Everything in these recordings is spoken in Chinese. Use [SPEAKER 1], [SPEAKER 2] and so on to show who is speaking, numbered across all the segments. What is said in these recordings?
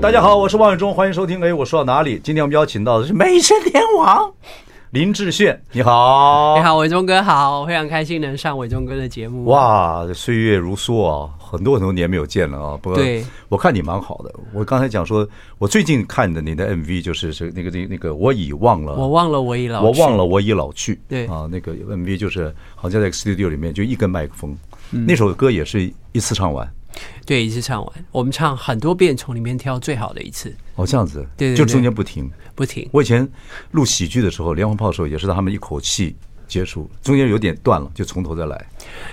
[SPEAKER 1] 大家好，我是王伟忠，欢迎收听。哎，我说到哪里？今天我们邀请到的是美声天王林志炫，你好，
[SPEAKER 2] 你。好，伟忠哥好，非常开心能上伟忠哥的节目。，
[SPEAKER 1] 哇，岁月如梭啊，很多很多年没有见了啊。不过
[SPEAKER 2] 对
[SPEAKER 1] 我看你蛮好的。我刚才讲说，我最近看的你的 MV 就是是那个那个那个，我已忘了，
[SPEAKER 2] 我忘了我已老去，
[SPEAKER 1] 我忘了我已老去。
[SPEAKER 2] 对
[SPEAKER 1] 啊，那个 MV 就是好像在 studio 里面就一根麦克风，
[SPEAKER 2] 嗯
[SPEAKER 1] 那首歌也是一次唱完。
[SPEAKER 2] 对，一次唱完，我们唱很多遍，从里面挑最好的一次，
[SPEAKER 1] 哦，这样子，
[SPEAKER 2] 对对
[SPEAKER 1] 就
[SPEAKER 2] 对
[SPEAKER 1] 中间不停。
[SPEAKER 2] 不停。
[SPEAKER 1] 我以前录喜剧的时候，连环炮的时候也是让他们一口气结束，中间有点断了，就从头再来。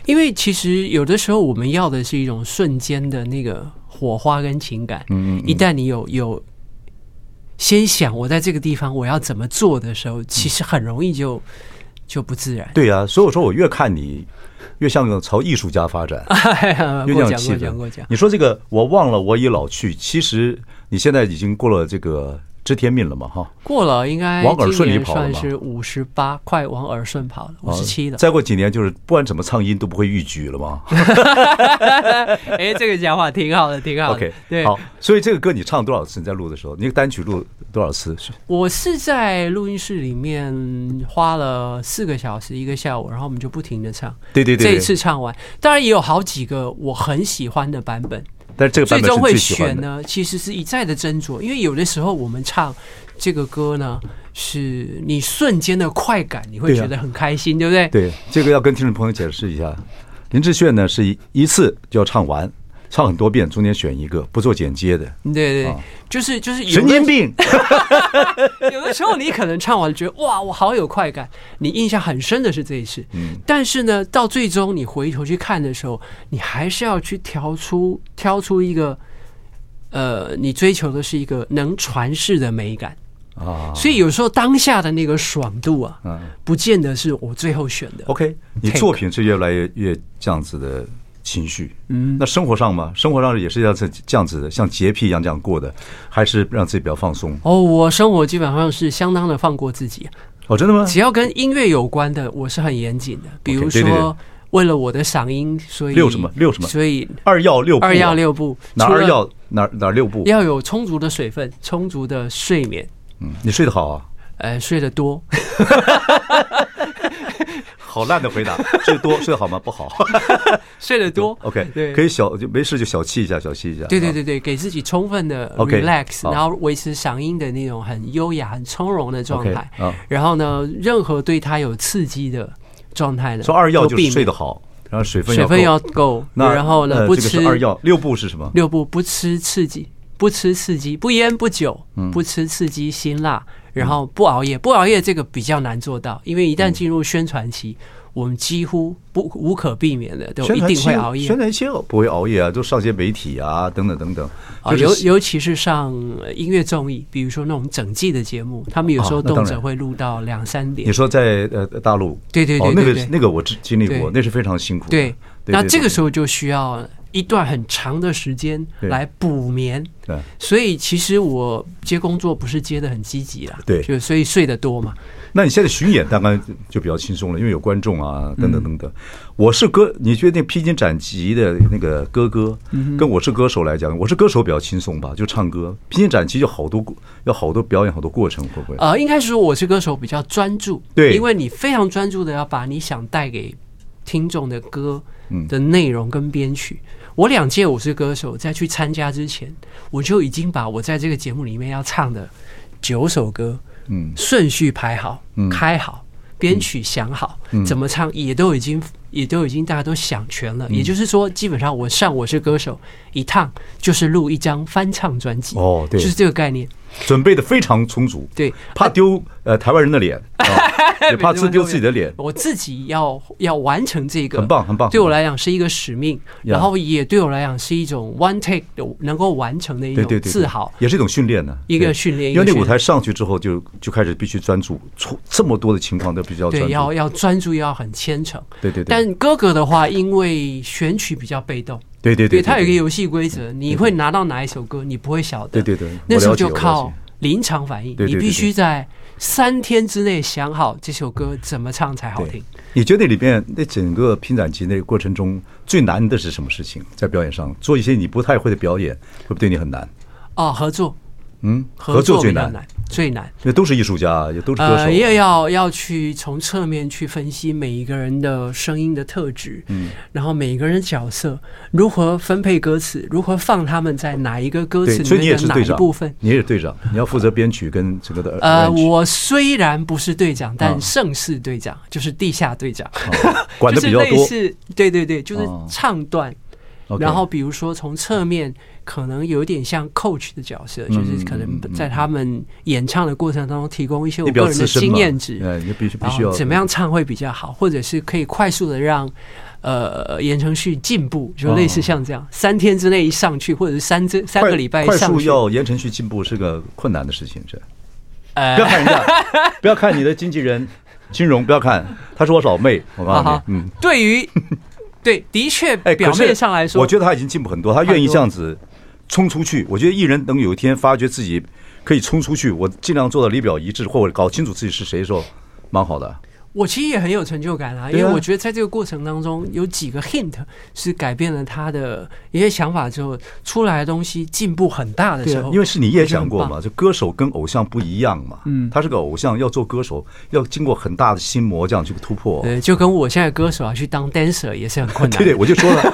[SPEAKER 2] 因为其实有的时候我们要的是一种瞬间的那个火花跟情感。嗯嗯一旦你有有先想我在这个地方我要怎么做的时候，其实很容易就就不自然。
[SPEAKER 1] 对啊，所以我说我越看你，越像个朝艺术家发展。有
[SPEAKER 2] 过
[SPEAKER 1] 点
[SPEAKER 2] 奖
[SPEAKER 1] 气
[SPEAKER 2] 啊过
[SPEAKER 1] 氛
[SPEAKER 2] 奖过奖。
[SPEAKER 1] 你说这个，我忘了我已老去。其实你现在已经过了这个知天命了嘛，哈，
[SPEAKER 2] 过了应该
[SPEAKER 1] 王耳
[SPEAKER 2] 今
[SPEAKER 1] 顺
[SPEAKER 2] 年
[SPEAKER 1] 里跑了
[SPEAKER 2] 算
[SPEAKER 1] 吧
[SPEAKER 2] 是五十八，快往耳顺跑了，五十七了。
[SPEAKER 1] 啊再过几年就是不管怎么唱音都不会逾矩了 嘛。
[SPEAKER 2] 哎，这个讲法挺好的，挺好的。
[SPEAKER 1] OK，
[SPEAKER 2] 对，
[SPEAKER 1] 好，所以这个歌你唱多少次？你在录的时候，你单曲录多少次？是
[SPEAKER 2] 我是在录音室里面花了四个小时一个下午，然后我们就不停的唱。
[SPEAKER 1] 对对对
[SPEAKER 2] 这一
[SPEAKER 1] 对
[SPEAKER 2] 次唱完，当然也有好几个我很喜欢的版本，
[SPEAKER 1] 但是这个版本
[SPEAKER 2] 最终
[SPEAKER 1] 是
[SPEAKER 2] 会
[SPEAKER 1] 最喜欢
[SPEAKER 2] 选
[SPEAKER 1] 的。
[SPEAKER 2] 呢，其实是一再的斟酌，因为有的时候我们唱这个歌呢，是你瞬间的快感，你会
[SPEAKER 1] 对啊
[SPEAKER 2] 觉得很开心，对不对？
[SPEAKER 1] 对，这个要跟听众朋友解释一下。林志炫呢是一一次就要唱完，唱很多遍，中间选一个不做剪接的，
[SPEAKER 2] 对对对
[SPEAKER 1] 啊，
[SPEAKER 2] 就是就是有
[SPEAKER 1] 神
[SPEAKER 2] 的
[SPEAKER 1] 经病。
[SPEAKER 2] 有的时候你可能唱完觉得哇，我好有快感，你印象很深的是这一次。
[SPEAKER 1] 嗯
[SPEAKER 2] 但是呢，到最终你回头去看的时候，你还是要去挑出挑出一个，呃，你追求的是一个能传世的美感。
[SPEAKER 1] 啊
[SPEAKER 2] 所以有时候当下的那个爽度啊，
[SPEAKER 1] 嗯
[SPEAKER 2] 不见得是我最后选的。
[SPEAKER 1] ，OK，你
[SPEAKER 2] Take
[SPEAKER 1] 作品是越来越越这样子的情绪。嗯，那生活上嘛，生活上也是要这这样子的，像洁癖一样这样过的，还是让自己比较放松？
[SPEAKER 2] 哦，我生活基本上是相当的放过自己，
[SPEAKER 1] 哦，真的吗？
[SPEAKER 2] 只要跟音乐有关的，我是很严谨的。比如
[SPEAKER 1] OK，对对对
[SPEAKER 2] 说，为了我的嗓音，所以
[SPEAKER 1] 六什么六什么
[SPEAKER 2] 所以
[SPEAKER 1] 二要六步啊
[SPEAKER 2] 二要六步，
[SPEAKER 1] 哪
[SPEAKER 2] 除了
[SPEAKER 1] 二要哪哪六步？
[SPEAKER 2] 要有充足的水分，充足的睡眠，
[SPEAKER 1] 嗯，你睡得好啊？
[SPEAKER 2] 呃，睡得多，
[SPEAKER 1] 好烂的回答，睡多睡得好吗？不好。
[SPEAKER 2] 睡得 多。
[SPEAKER 1] OK，
[SPEAKER 2] 对，
[SPEAKER 1] 可
[SPEAKER 2] 以。
[SPEAKER 1] 以小就没事就小憩一下，小憩一下。
[SPEAKER 2] 对对
[SPEAKER 1] 啊，
[SPEAKER 2] 对对，给自己充分的
[SPEAKER 1] OK，
[SPEAKER 2] relax，、
[SPEAKER 1] 好
[SPEAKER 2] 然后维持嗓音的那种很优雅、很从容的状
[SPEAKER 1] OK，
[SPEAKER 2] 态。
[SPEAKER 1] 啊
[SPEAKER 2] 然后呢，任何对它有刺激的状态呢，
[SPEAKER 1] 说二要
[SPEAKER 2] 都
[SPEAKER 1] 就
[SPEAKER 2] 避
[SPEAKER 1] 是
[SPEAKER 2] 免
[SPEAKER 1] 睡得好，然后水分
[SPEAKER 2] 水分
[SPEAKER 1] 够
[SPEAKER 2] 要够，
[SPEAKER 1] 那
[SPEAKER 2] 然后呢
[SPEAKER 1] 呃
[SPEAKER 2] 不
[SPEAKER 1] 这个
[SPEAKER 2] 吃
[SPEAKER 1] 是二要六步是什么？
[SPEAKER 2] 六不不吃刺激，不吃刺激，不烟不酒，
[SPEAKER 1] 嗯
[SPEAKER 2] 不吃刺激辛辣，然后不熬夜，不熬夜这个比较难做到，因为一
[SPEAKER 1] 嗯
[SPEAKER 2] 旦进入宣传期，我们几乎不无可避免的都
[SPEAKER 1] 宣
[SPEAKER 2] 一
[SPEAKER 1] 传
[SPEAKER 2] 定会
[SPEAKER 1] 期啊
[SPEAKER 2] 熬夜
[SPEAKER 1] 宣。传期不会熬夜啊，就上些媒体啊，等等等等。
[SPEAKER 2] 啊，
[SPEAKER 1] 就
[SPEAKER 2] 尤
[SPEAKER 1] 是
[SPEAKER 2] 尤其是上呃音乐综艺，比如说那种整季的节目，他们有
[SPEAKER 1] 啊
[SPEAKER 2] 时候
[SPEAKER 1] 那当
[SPEAKER 2] 动
[SPEAKER 1] 然
[SPEAKER 2] 辄会录到两三点
[SPEAKER 1] 你。说在呃大陆，
[SPEAKER 2] 对对对
[SPEAKER 1] 哦，
[SPEAKER 2] 对
[SPEAKER 1] 那
[SPEAKER 2] 对
[SPEAKER 1] 个那个我经经历过
[SPEAKER 2] 对，
[SPEAKER 1] 那是非常辛苦的。
[SPEAKER 2] 对，那这个时
[SPEAKER 1] 候
[SPEAKER 2] 候就需要一段很长的时间
[SPEAKER 1] 对
[SPEAKER 2] 来补眠。
[SPEAKER 1] 对
[SPEAKER 2] 所以其实我接工作不是接的很积极啦，
[SPEAKER 1] 对
[SPEAKER 2] 就所以睡得多嘛。
[SPEAKER 1] 那你现在巡演大概就比较轻松了，因为有观众啊，等
[SPEAKER 2] 嗯
[SPEAKER 1] 等等等。我是歌，你觉得那披荆斩棘的那个哥哥，
[SPEAKER 2] 嗯
[SPEAKER 1] 跟我是歌手来讲，我是歌手比较轻松吧，就唱歌。披荆斩棘就好多要好多表演，好多过程，会不会？
[SPEAKER 2] 呃，应该是说我是歌手比较专注，
[SPEAKER 1] 对
[SPEAKER 2] 因为你非常专注的要把你想带给听众的歌的内容跟编曲。我两届我是歌手在去参加之前，我就已经把我在这个节目里面要唱的九首歌，
[SPEAKER 1] 嗯嗯
[SPEAKER 2] 顺序排好、开好、编曲想好，怎么唱也都已经也都已经大家都想全
[SPEAKER 1] 嗯
[SPEAKER 2] 了，也就是说，基本上我上《我是歌手》一趟就是录一张翻唱专辑，
[SPEAKER 1] 哦对
[SPEAKER 2] 就是这个概念。
[SPEAKER 1] 准备的非常充足，
[SPEAKER 2] 对
[SPEAKER 1] 怕丢呃台湾人的脸， 啊也怕
[SPEAKER 2] 自
[SPEAKER 1] 自丢自己的脸，
[SPEAKER 2] 我自己要要完成这个，
[SPEAKER 1] 很棒很棒
[SPEAKER 2] 对我来讲是一个使命，
[SPEAKER 1] 呀
[SPEAKER 2] 然后也对我来讲是一种 one take 的能够完成的一
[SPEAKER 1] 对对
[SPEAKER 2] 种
[SPEAKER 1] 对，
[SPEAKER 2] 自豪。
[SPEAKER 1] 也是一种训练呢，
[SPEAKER 2] 一个
[SPEAKER 1] 对
[SPEAKER 2] 训练一
[SPEAKER 1] 因
[SPEAKER 2] 个
[SPEAKER 1] 为那
[SPEAKER 2] 训
[SPEAKER 1] 舞
[SPEAKER 2] 练
[SPEAKER 1] 台上去之后就就开始必须专注，出这么多的情况都必须要专
[SPEAKER 2] 对，要
[SPEAKER 1] 注，
[SPEAKER 2] 要专注，要很虔诚。
[SPEAKER 1] 对对对
[SPEAKER 2] 但哥哥的话，因为选曲比较被动，
[SPEAKER 1] 对对对，
[SPEAKER 2] 对，他有一个
[SPEAKER 1] 对
[SPEAKER 2] 游戏规则，你会拿到哪一首歌，你不会晓
[SPEAKER 1] 对
[SPEAKER 2] 得。
[SPEAKER 1] 对对
[SPEAKER 2] 那
[SPEAKER 1] 我
[SPEAKER 2] 时候
[SPEAKER 1] 了解
[SPEAKER 2] 就
[SPEAKER 1] 我了
[SPEAKER 2] 靠
[SPEAKER 1] 解
[SPEAKER 2] 临场反应，
[SPEAKER 1] 对对
[SPEAKER 2] 你
[SPEAKER 1] 对
[SPEAKER 2] 必
[SPEAKER 1] 对
[SPEAKER 2] 须在三天之内想好这首歌怎么唱才好
[SPEAKER 1] 对
[SPEAKER 2] 听。
[SPEAKER 1] 你觉得里边那整个拼展集那个过程中最难的是什么事情？在表演上做一些你不太会的表演，会不会对你很难？
[SPEAKER 2] 哦，合作，
[SPEAKER 1] 嗯，
[SPEAKER 2] 合
[SPEAKER 1] 合作最
[SPEAKER 2] 比较
[SPEAKER 1] 难，
[SPEAKER 2] 难，最难。
[SPEAKER 1] 因为都是艺术家，也都是歌手
[SPEAKER 2] 呃，，也要要去从侧面去分析每一个人的声音的特质，嗯，然后每一个人的角色如何分配歌词，如何放他们在哪一个歌
[SPEAKER 1] 对
[SPEAKER 2] 词，
[SPEAKER 1] 所以
[SPEAKER 2] 里
[SPEAKER 1] 你也
[SPEAKER 2] 面
[SPEAKER 1] 是
[SPEAKER 2] 的哪
[SPEAKER 1] 队
[SPEAKER 2] 一
[SPEAKER 1] 长
[SPEAKER 2] 部分。，
[SPEAKER 1] 你也是队长，你要负责编曲跟整个的
[SPEAKER 2] 呃，
[SPEAKER 1] arrange
[SPEAKER 2] 我虽然不是队长，但
[SPEAKER 1] 啊
[SPEAKER 2] 盛世队长就是地下队长，
[SPEAKER 1] 哦管的比较
[SPEAKER 2] 就
[SPEAKER 1] 多
[SPEAKER 2] 是，类似对对对，就是
[SPEAKER 1] 哦
[SPEAKER 2] 唱段。
[SPEAKER 1] OK
[SPEAKER 2] 然后比如说从侧面，可能有点像 coach 的角色，
[SPEAKER 1] 嗯
[SPEAKER 2] 就是可能在他们演唱的过程当中提供一些我
[SPEAKER 1] 你比较
[SPEAKER 2] 个人的
[SPEAKER 1] 资深
[SPEAKER 2] 经
[SPEAKER 1] 嘛
[SPEAKER 2] 验值，
[SPEAKER 1] 哎你必须必
[SPEAKER 2] 然
[SPEAKER 1] 须要
[SPEAKER 2] 后怎么样唱会比较好，或者是可以快速的让呃言承旭进步，
[SPEAKER 1] 哦
[SPEAKER 2] 就类似像这样，三天之内一上去，或者是三这三
[SPEAKER 1] 快
[SPEAKER 2] 个礼拜一
[SPEAKER 1] 快
[SPEAKER 2] 上
[SPEAKER 1] 速
[SPEAKER 2] 去，
[SPEAKER 1] 要言承旭进步是个困难的事情，这
[SPEAKER 2] 呃
[SPEAKER 1] 不要看人 家，不要看你的经纪人金融，不要看，他是我老妹，我告
[SPEAKER 2] 啊
[SPEAKER 1] 诉你
[SPEAKER 2] 哈，，
[SPEAKER 1] 嗯，
[SPEAKER 2] 对于 对，的确
[SPEAKER 1] 哎，
[SPEAKER 2] 表
[SPEAKER 1] 可是
[SPEAKER 2] 面上来说，
[SPEAKER 1] 我觉得他已经进步很多，他愿意这样子冲出去。我觉得艺人等有一天发觉自己可以冲出去，我尽量做到里表一致，或者搞清楚自己是谁的时候，蛮好的。
[SPEAKER 2] 我其实也很有成就感啊，因
[SPEAKER 1] 对啊
[SPEAKER 2] 为我觉得在这个过程当中，有几个 hint 是改变了他的一些想法之后，出来的东西进步很大的
[SPEAKER 1] 对
[SPEAKER 2] 时
[SPEAKER 1] 啊
[SPEAKER 2] 候，，
[SPEAKER 1] 因为是你也讲
[SPEAKER 2] 我
[SPEAKER 1] 过
[SPEAKER 2] 觉得
[SPEAKER 1] 嘛，就歌手跟偶像不一样嘛，嗯，他是个偶像，要做歌手，要经过很大的心魔，这样去突破。
[SPEAKER 2] 呃，就跟我现在歌手啊去当 dancer 也是很困难
[SPEAKER 1] 对
[SPEAKER 2] 的。
[SPEAKER 1] 对，我就说了，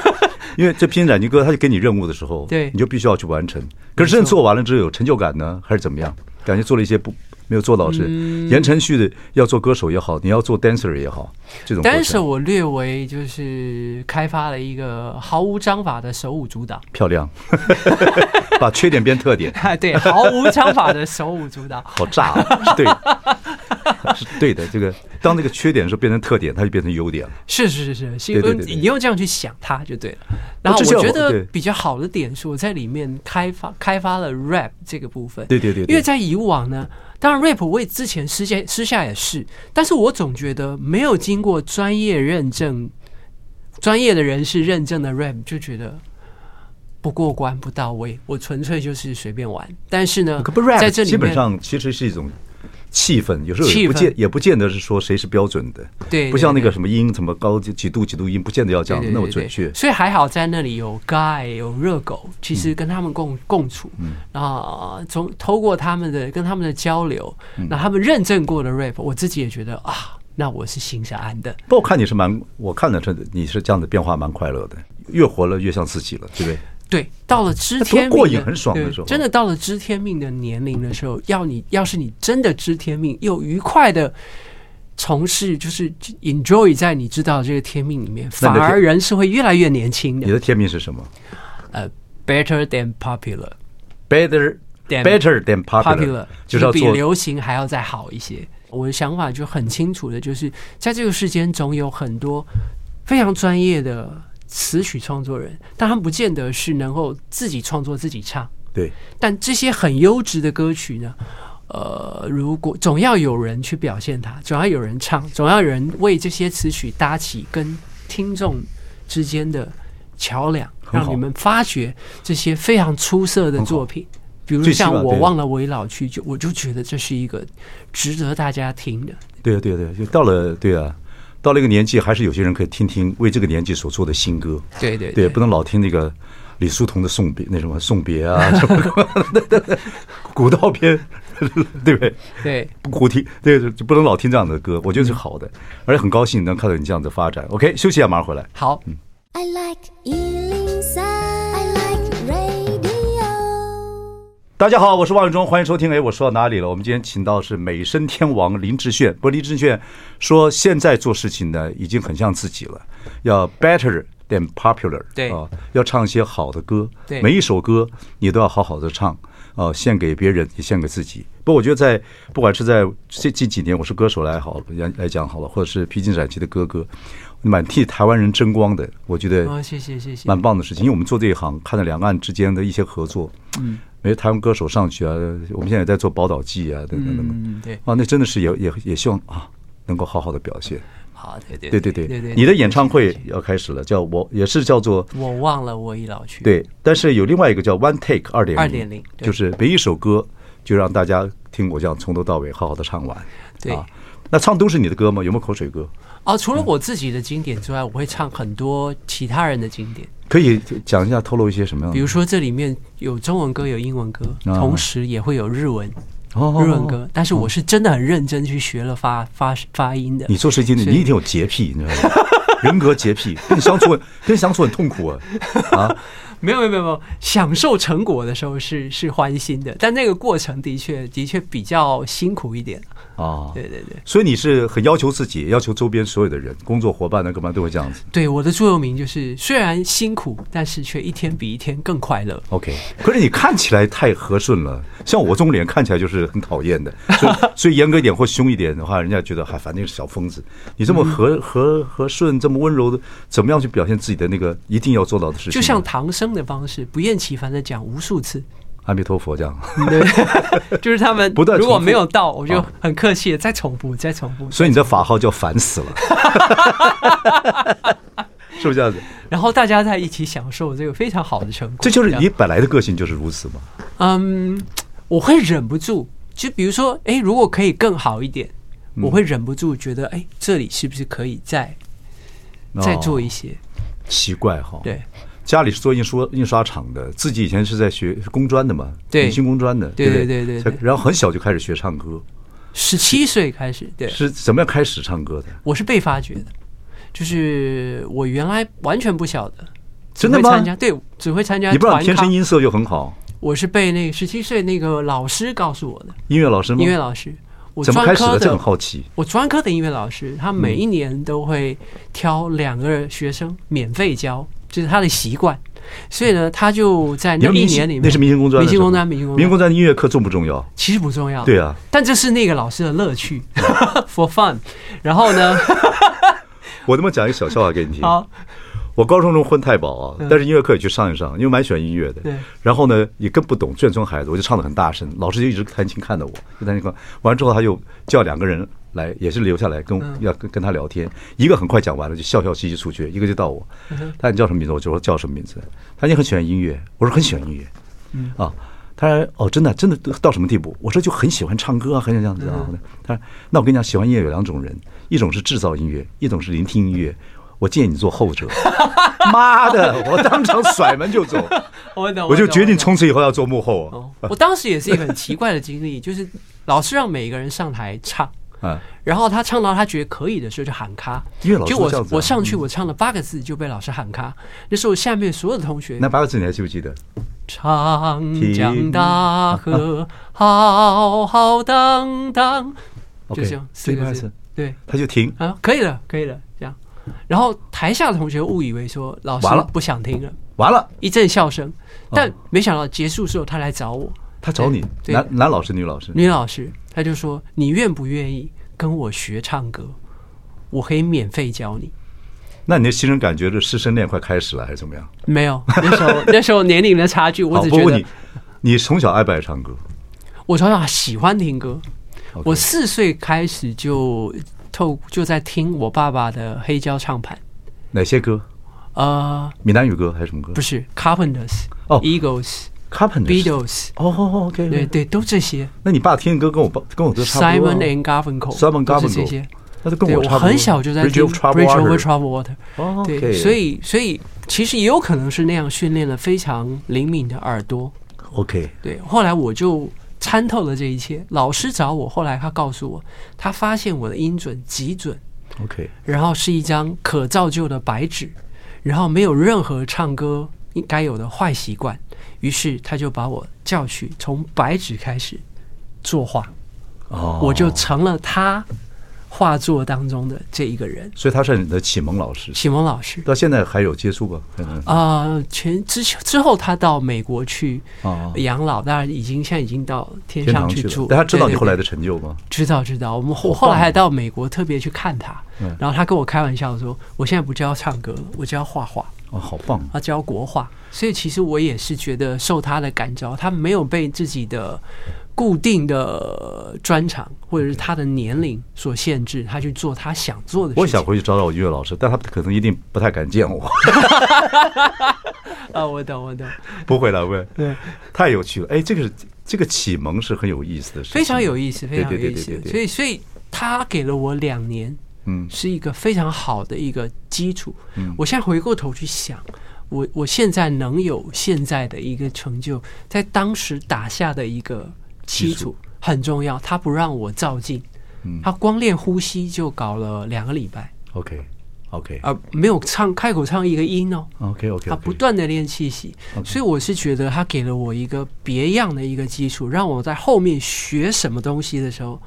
[SPEAKER 1] 因为这拼染金哥，他就给你任务的时候，
[SPEAKER 2] 对
[SPEAKER 1] 你就必须要去完成。可是真的做完了之后有成就感呢，还是怎么样？感觉做了一些不没有做到的事。
[SPEAKER 2] 嗯
[SPEAKER 1] 言承旭的要做歌手也好，你要做 dancer 也好，这种过程
[SPEAKER 2] dancer 我略为就是开发了一个毫无章法的手舞主导，
[SPEAKER 1] 漂亮， 把缺点变特点，
[SPEAKER 2] 啊，对， 毫无章法的手舞主导。
[SPEAKER 1] 好炸、啊，是对的， 是对的。这个当这个缺点的时候变成特点，它就变成优点了。
[SPEAKER 2] 是是是是，
[SPEAKER 1] 对对
[SPEAKER 2] 是
[SPEAKER 1] 对对哦
[SPEAKER 2] 你用这样去想它就对了。然后
[SPEAKER 1] 这是
[SPEAKER 2] 我觉
[SPEAKER 1] 我
[SPEAKER 2] 得
[SPEAKER 1] 对
[SPEAKER 2] 比较好的点是我在里面开发开发了 rap 这个部分，
[SPEAKER 1] 对对对对
[SPEAKER 2] 因为在以往呢，当然 rap 我也之前私下私下也是，但是我总觉得没有经过专业认证、专业的人士认证的 rap 就觉得。不过关不到位，我纯粹就是随便玩。但是呢，
[SPEAKER 1] 哦可不 rap
[SPEAKER 2] 在这里面
[SPEAKER 1] 基本上其实是一种气氛，有时候
[SPEAKER 2] 气
[SPEAKER 1] 也不
[SPEAKER 2] 氛
[SPEAKER 1] 见也不见得是说谁是标准的，
[SPEAKER 2] 对
[SPEAKER 1] 不像那
[SPEAKER 2] 对
[SPEAKER 1] 个什么音什么高几几度几度音，不见得要
[SPEAKER 2] 对对
[SPEAKER 1] 这样
[SPEAKER 2] 对
[SPEAKER 1] 那么
[SPEAKER 2] 对
[SPEAKER 1] 准确。
[SPEAKER 2] 所以还好在那里有 Guy 有热狗，其
[SPEAKER 1] 嗯
[SPEAKER 2] 实跟他们共、共处，啊、从透过他们的跟他们的交流，
[SPEAKER 1] 嗯
[SPEAKER 2] 那、他们认证过的 rap，我自己也觉得啊，那我是心是安的。
[SPEAKER 1] 不过我看你是蛮，我看了是你是这样的变化蛮快乐的，越活了越像自己了，对不对？
[SPEAKER 2] 对，到了知
[SPEAKER 1] 那多
[SPEAKER 2] 天命
[SPEAKER 1] 哎过
[SPEAKER 2] 的
[SPEAKER 1] 瘾很爽的
[SPEAKER 2] 对
[SPEAKER 1] 时候
[SPEAKER 2] 真的到了知天命的年龄的时候，要你要是你真的知天命，又愉快的从事，就是 enjoy 在你知道的这个天命里面，
[SPEAKER 1] 那
[SPEAKER 2] 反
[SPEAKER 1] 你的天
[SPEAKER 2] 而人是会越来越年轻
[SPEAKER 1] 你
[SPEAKER 2] 的。
[SPEAKER 1] 的天命是什么
[SPEAKER 2] 呃，better than popular。
[SPEAKER 1] ？Better
[SPEAKER 2] Than-
[SPEAKER 1] better than
[SPEAKER 2] popular，
[SPEAKER 1] popular，就是要
[SPEAKER 2] 比
[SPEAKER 1] 做
[SPEAKER 2] 流行还要再好一些。我的想法就很清楚的，就是在这个世间总有很多非常专业的词曲创作人，但他们不见得是能够自己创作自己唱。
[SPEAKER 1] 对
[SPEAKER 2] 但这些很优质的歌曲呢，呃，如果总要有人去表现它，总要有人唱，总要有人为这些词曲搭起跟听众之间的桥梁，
[SPEAKER 1] 很好
[SPEAKER 2] 让你们发掘这些非常出色的作品。比如
[SPEAKER 1] 最起码
[SPEAKER 2] 像我
[SPEAKER 1] 对
[SPEAKER 2] 忘了我老去，就我就觉得这是一个值得大家听的。
[SPEAKER 1] 对啊对啊对啊，就到了对啊，到了一个年纪，还是有些人可以听听为这个年纪所做的新歌。
[SPEAKER 2] 对对
[SPEAKER 1] 对，不能老听那个李叔同的送别那什么送别啊什么古道片，对不对？
[SPEAKER 2] 对，
[SPEAKER 1] 古听对，就不能老听这样的歌，我觉得是好的，而且很高兴能看到你这样的发展。OK，休息一下，马上回来。
[SPEAKER 2] 好，
[SPEAKER 3] I like Ealing Sound. I like radio.
[SPEAKER 1] 大家好，我是王永忠，欢迎收听。哎，我说到哪里了？我们今天请到是美声天王林志炫。不过林志炫说，现在做事情呢，已经很像自己了，要 better than popular，
[SPEAKER 2] 对
[SPEAKER 1] 啊，要唱一些好的歌，
[SPEAKER 2] 对
[SPEAKER 1] 每一首歌你都要好好的唱。啊，献给别人也献给自己。不过我觉得在不管是在这近几年，我是歌手来好来来讲好了，或者是披荆斩棘的哥哥，蛮替台湾人争光的。我觉得
[SPEAKER 2] 哦，谢谢谢谢，
[SPEAKER 1] 蛮棒的事情，因为我们做这一行，看到两岸之间的一些合作，嗯，没有台湾歌手上去啊，我们现在也在做宝岛季啊，等等等等，
[SPEAKER 2] 嗯对，
[SPEAKER 1] 啊，那真的是也也也希望啊，能够好好的表现。
[SPEAKER 2] 好，对对
[SPEAKER 1] 对对
[SPEAKER 2] 对
[SPEAKER 1] 对，
[SPEAKER 2] 对对，
[SPEAKER 1] 你的演唱会要开始了，叫我也是叫做
[SPEAKER 2] 我忘了，我已老去，，
[SPEAKER 1] 对，但是有另外一个叫 One Take 二点
[SPEAKER 2] 2.0对
[SPEAKER 1] 就是每一首歌就让大家听我这样从头到尾好好的唱完。
[SPEAKER 2] 对
[SPEAKER 1] 啊，那唱都是你的歌吗？有没有口水歌？
[SPEAKER 2] 哦，除了我自己的经典之外，我会唱很多其他人的经典，
[SPEAKER 1] 可以讲一下，透露一些什么样的？
[SPEAKER 2] 比如说这里面有中文歌，有英文歌，
[SPEAKER 1] 嗯啊
[SPEAKER 2] 同时也会有日文，
[SPEAKER 1] 哦
[SPEAKER 2] 日文歌，但是我是真的很认真去学了发发发音的
[SPEAKER 1] 你。做事情，你
[SPEAKER 2] 是
[SPEAKER 1] 一定有洁癖，你知 道吗？人格洁癖，跟你相处很，跟你相处很痛苦啊！啊，
[SPEAKER 2] 没有没有没有没有，享受成果的时候是是欢欣的，但那个过程的确的确比较辛苦一点。
[SPEAKER 1] 啊，
[SPEAKER 2] 对对对，
[SPEAKER 1] 所以你是很要求自己，要求周边所有的人、工作伙伴呢，啊干嘛都会这样子。
[SPEAKER 2] 对我的座右铭就是虽然辛苦，但是却一天比一天更快乐。
[SPEAKER 1] OK，可是你看起来太和顺了，像我这种脸看起来就是很讨厌的，所 以所以严格一点或凶一点的话，人家觉得还反正是小疯子。你这么和和和顺，这么温柔的，怎么样去表现自己的那个一定要做到的事情呢？
[SPEAKER 2] 就像唐僧的方式，不厌其烦的讲无数次，
[SPEAKER 1] 阿弥陀佛这样。
[SPEAKER 2] 对，就是他们
[SPEAKER 1] 不断
[SPEAKER 2] 如
[SPEAKER 1] 重复
[SPEAKER 2] 果没有到，我就
[SPEAKER 1] 啊
[SPEAKER 2] 很客气的再重复，再重复。
[SPEAKER 1] 所以你的法号叫烦死了， 是不是这样子？
[SPEAKER 2] 然后大家在一起享受这个非常好的成果。
[SPEAKER 1] 这就是
[SPEAKER 2] 样
[SPEAKER 1] 你本来的个性就是如此嘛。
[SPEAKER 2] 嗯，我会忍不住，就比如说，哎，如果可以更好一点，
[SPEAKER 1] 嗯
[SPEAKER 2] 我会忍不住觉得，哎，这里是不是可以再再做一
[SPEAKER 1] 些，
[SPEAKER 2] 些？
[SPEAKER 1] 哦奇怪哈。，
[SPEAKER 2] 对，
[SPEAKER 1] 家里是做印刷印刷厂的，自己以前是在学工专的嘛，
[SPEAKER 2] 对
[SPEAKER 1] 明星工专的，
[SPEAKER 2] 对
[SPEAKER 1] 不
[SPEAKER 2] 对对对对
[SPEAKER 1] 才然后很小就开始学唱歌，
[SPEAKER 2] 十七岁开始，对，
[SPEAKER 1] 是怎么样开始唱歌的？
[SPEAKER 2] 我是被发掘的，就是我原来完全不晓得，只
[SPEAKER 1] 真的
[SPEAKER 2] 会
[SPEAKER 1] 吗
[SPEAKER 2] 参加，对，只会参加
[SPEAKER 1] 你不知道
[SPEAKER 2] 哎团
[SPEAKER 1] 你天
[SPEAKER 2] 康
[SPEAKER 1] 生，音色就很好，
[SPEAKER 2] 我是被那个十七岁那个老师告诉我的，
[SPEAKER 1] 音乐老师吗？
[SPEAKER 2] 音乐老师，我
[SPEAKER 1] 怎么开
[SPEAKER 2] 专
[SPEAKER 1] 始
[SPEAKER 2] 科
[SPEAKER 1] 这很好奇。
[SPEAKER 2] 我专科的音乐老师，他每一年都会挑两个学生免费教，这、是他的习惯。所以呢，他就在
[SPEAKER 1] 你
[SPEAKER 2] 那
[SPEAKER 1] 们
[SPEAKER 2] 一
[SPEAKER 1] 明星
[SPEAKER 2] 年里面，
[SPEAKER 1] 那是明星工专的
[SPEAKER 2] 明
[SPEAKER 1] 时
[SPEAKER 2] 星
[SPEAKER 1] 候，
[SPEAKER 2] 工专，明星工
[SPEAKER 1] 明星
[SPEAKER 2] 专，
[SPEAKER 1] 工专的音乐课重不重要？
[SPEAKER 2] 其实不重要。
[SPEAKER 1] 对啊，
[SPEAKER 2] 但这是那个老师的 乐趣，for fun。然后呢，
[SPEAKER 1] 我他妈讲一个小笑话给你听。
[SPEAKER 2] 好，
[SPEAKER 1] 我高中中混太饱啊，但是音乐课也去上一上，因为蛮喜欢音乐的。
[SPEAKER 2] 对
[SPEAKER 1] 然后呢，也更不懂眷村孩子，我就唱的很大声，老师就一直弹琴看着我，就弹琴看。完之后，他又叫两个人来，也是留下来跟我要跟跟他聊天。一个很快讲完了，就笑笑嘻嘻出去；一个就到我，他说你叫什么名字？我就说叫什么名字。他说你很喜欢音乐，我说很喜欢音乐。啊，他说哦，真的真的到什么地步？我说就很喜欢唱歌啊，很想这样子啊。他说那我跟你讲，喜欢音乐有两种人，一种是制造音乐，一种是聆听音乐。我建议你做后者。 妈的，我当场甩门就走，
[SPEAKER 2] 我懂，
[SPEAKER 1] 我就
[SPEAKER 2] 懂
[SPEAKER 1] 决定
[SPEAKER 2] 懂
[SPEAKER 1] 从此以后要做幕后啊。
[SPEAKER 2] 哦我当时也是一个很奇怪的 经历，就是老师让每一个人上台唱，
[SPEAKER 1] 啊，
[SPEAKER 2] 然后他唱到他觉得可以的时候就喊卡，
[SPEAKER 1] 音乐老师
[SPEAKER 2] 就
[SPEAKER 1] 都这样
[SPEAKER 2] 我
[SPEAKER 1] 子啊
[SPEAKER 2] 我上去我唱了八个字就被老师喊卡，那时候下面所有的同学
[SPEAKER 1] 那八个字你还记不记得？
[SPEAKER 2] 长江大河浩浩荡荡，就
[SPEAKER 1] OK，
[SPEAKER 2] 这样四
[SPEAKER 1] 这
[SPEAKER 2] 个
[SPEAKER 1] 个
[SPEAKER 2] 字
[SPEAKER 1] 是，
[SPEAKER 2] 对
[SPEAKER 1] 他就停。
[SPEAKER 2] 啊，可以了，可以了，这样。然后台下的同学误以为说老师
[SPEAKER 1] 完了哦
[SPEAKER 2] 不想听了，
[SPEAKER 1] 完了，
[SPEAKER 2] 一阵笑声，但没想到结束之后他来找我，
[SPEAKER 1] 他找你，
[SPEAKER 2] 对
[SPEAKER 1] 男男老师、女老师，
[SPEAKER 2] 女老师，她就说你愿不愿意跟我学唱歌，我可以免费教你。
[SPEAKER 1] 那你的新人感觉这师生恋快开始了，还是怎么样？
[SPEAKER 2] 没有，那时候 那时候年龄的差距，我
[SPEAKER 1] 好
[SPEAKER 2] 只
[SPEAKER 1] 不
[SPEAKER 2] 觉
[SPEAKER 1] 问
[SPEAKER 2] 得
[SPEAKER 1] 你，你从小爱不爱唱歌？
[SPEAKER 2] 我从小喜欢听歌，
[SPEAKER 1] OK
[SPEAKER 2] 我四岁开始就透就在听我爸爸的黑胶唱盘，
[SPEAKER 1] 哪些歌？
[SPEAKER 2] 呃，
[SPEAKER 1] 闽南语歌还是什么歌？
[SPEAKER 2] 不
[SPEAKER 1] 是
[SPEAKER 2] 是 Carpenters、
[SPEAKER 1] 哦
[SPEAKER 2] Eagles、
[SPEAKER 1] Carpenter。
[SPEAKER 2] Beatles，
[SPEAKER 1] 哦哦，OK。
[SPEAKER 2] 对，对，都这些
[SPEAKER 1] 那你爸听的歌跟我爸跟我都差不多啊。
[SPEAKER 2] ，Simon and Garfunkel，
[SPEAKER 1] Simon
[SPEAKER 2] 都是这
[SPEAKER 1] Garfunkel
[SPEAKER 2] 些。
[SPEAKER 1] 那就跟
[SPEAKER 2] 对，
[SPEAKER 1] 我
[SPEAKER 2] 我
[SPEAKER 1] 差不多。
[SPEAKER 2] 很小就在
[SPEAKER 1] Bridge
[SPEAKER 2] 听《
[SPEAKER 1] of Troubled
[SPEAKER 2] Bridge over
[SPEAKER 1] Water。
[SPEAKER 2] Troubled Water》，
[SPEAKER 1] 哦
[SPEAKER 2] 对，
[SPEAKER 1] OK
[SPEAKER 2] 所以所以其实也有可能是那样训练了非常灵敏的耳朵。
[SPEAKER 1] OK，
[SPEAKER 2] 对，后来我就参透了这一切。老师找我，后来他告诉我，他发现我的音准极准，
[SPEAKER 1] OK，
[SPEAKER 2] 然后是一张可造就的白纸，然后没有任何唱歌应该有的坏习惯，于是他就把我叫去从白纸开始作画，
[SPEAKER 1] 哦
[SPEAKER 2] 我就成了他画作当中的这一个人，
[SPEAKER 1] 所以他是你的启蒙老师，
[SPEAKER 2] 启蒙老师。
[SPEAKER 1] 到现在还有接触吧？可能
[SPEAKER 2] 啊、前之前之后他到美国去
[SPEAKER 1] 哦
[SPEAKER 2] 养老，当然已经现在已经到天
[SPEAKER 1] 天
[SPEAKER 2] 上
[SPEAKER 1] 堂
[SPEAKER 2] 去
[SPEAKER 1] 去
[SPEAKER 2] 住
[SPEAKER 1] 了。。但他知道
[SPEAKER 2] 对
[SPEAKER 1] 你
[SPEAKER 2] 对
[SPEAKER 1] 后来
[SPEAKER 2] 对
[SPEAKER 1] 的成就吗？
[SPEAKER 2] 知道知道，我们我
[SPEAKER 1] 棒啊
[SPEAKER 2] 后来还到美国特别去看他
[SPEAKER 1] 嗯，
[SPEAKER 2] 然后他跟我开玩笑说：“我现在不教唱歌了，我教画画，
[SPEAKER 1] 哦，好棒！
[SPEAKER 2] 他教国画。”所以其实我也是觉得受他的感召，他没有被自己的固定的专长或者是他的年龄所限制，他去做他想做的事 情。
[SPEAKER 1] 我想回去找找我音乐老师，但他可能一定不太敢见我。
[SPEAKER 2] 啊，我懂我懂，
[SPEAKER 1] 不会了，不会。
[SPEAKER 2] 对，
[SPEAKER 1] 太有趣了。哎，这个是这个启蒙是很有意思的事情，
[SPEAKER 2] 非常有意思，非常
[SPEAKER 1] 对
[SPEAKER 2] 有
[SPEAKER 1] 对
[SPEAKER 2] 意
[SPEAKER 1] 对
[SPEAKER 2] 思
[SPEAKER 1] 对。对
[SPEAKER 2] 所以所以他给了我两年
[SPEAKER 1] 嗯
[SPEAKER 2] 是一个非常好的一个基础。
[SPEAKER 1] 嗯
[SPEAKER 2] 我现在回过头去想，我我现在能有现在的一个成就，在当时打下的一个基
[SPEAKER 1] 基础嗯
[SPEAKER 2] 础很重要。他不让我照镜，他光练呼吸就搞了两个礼拜，
[SPEAKER 1] OK OK
[SPEAKER 2] 而没有唱开口唱一个音哦。
[SPEAKER 1] OK OK，
[SPEAKER 2] 啊他不断的练气息，所以我是觉得他给了我一个别样的一个基础，让我在后面学什么东西的时候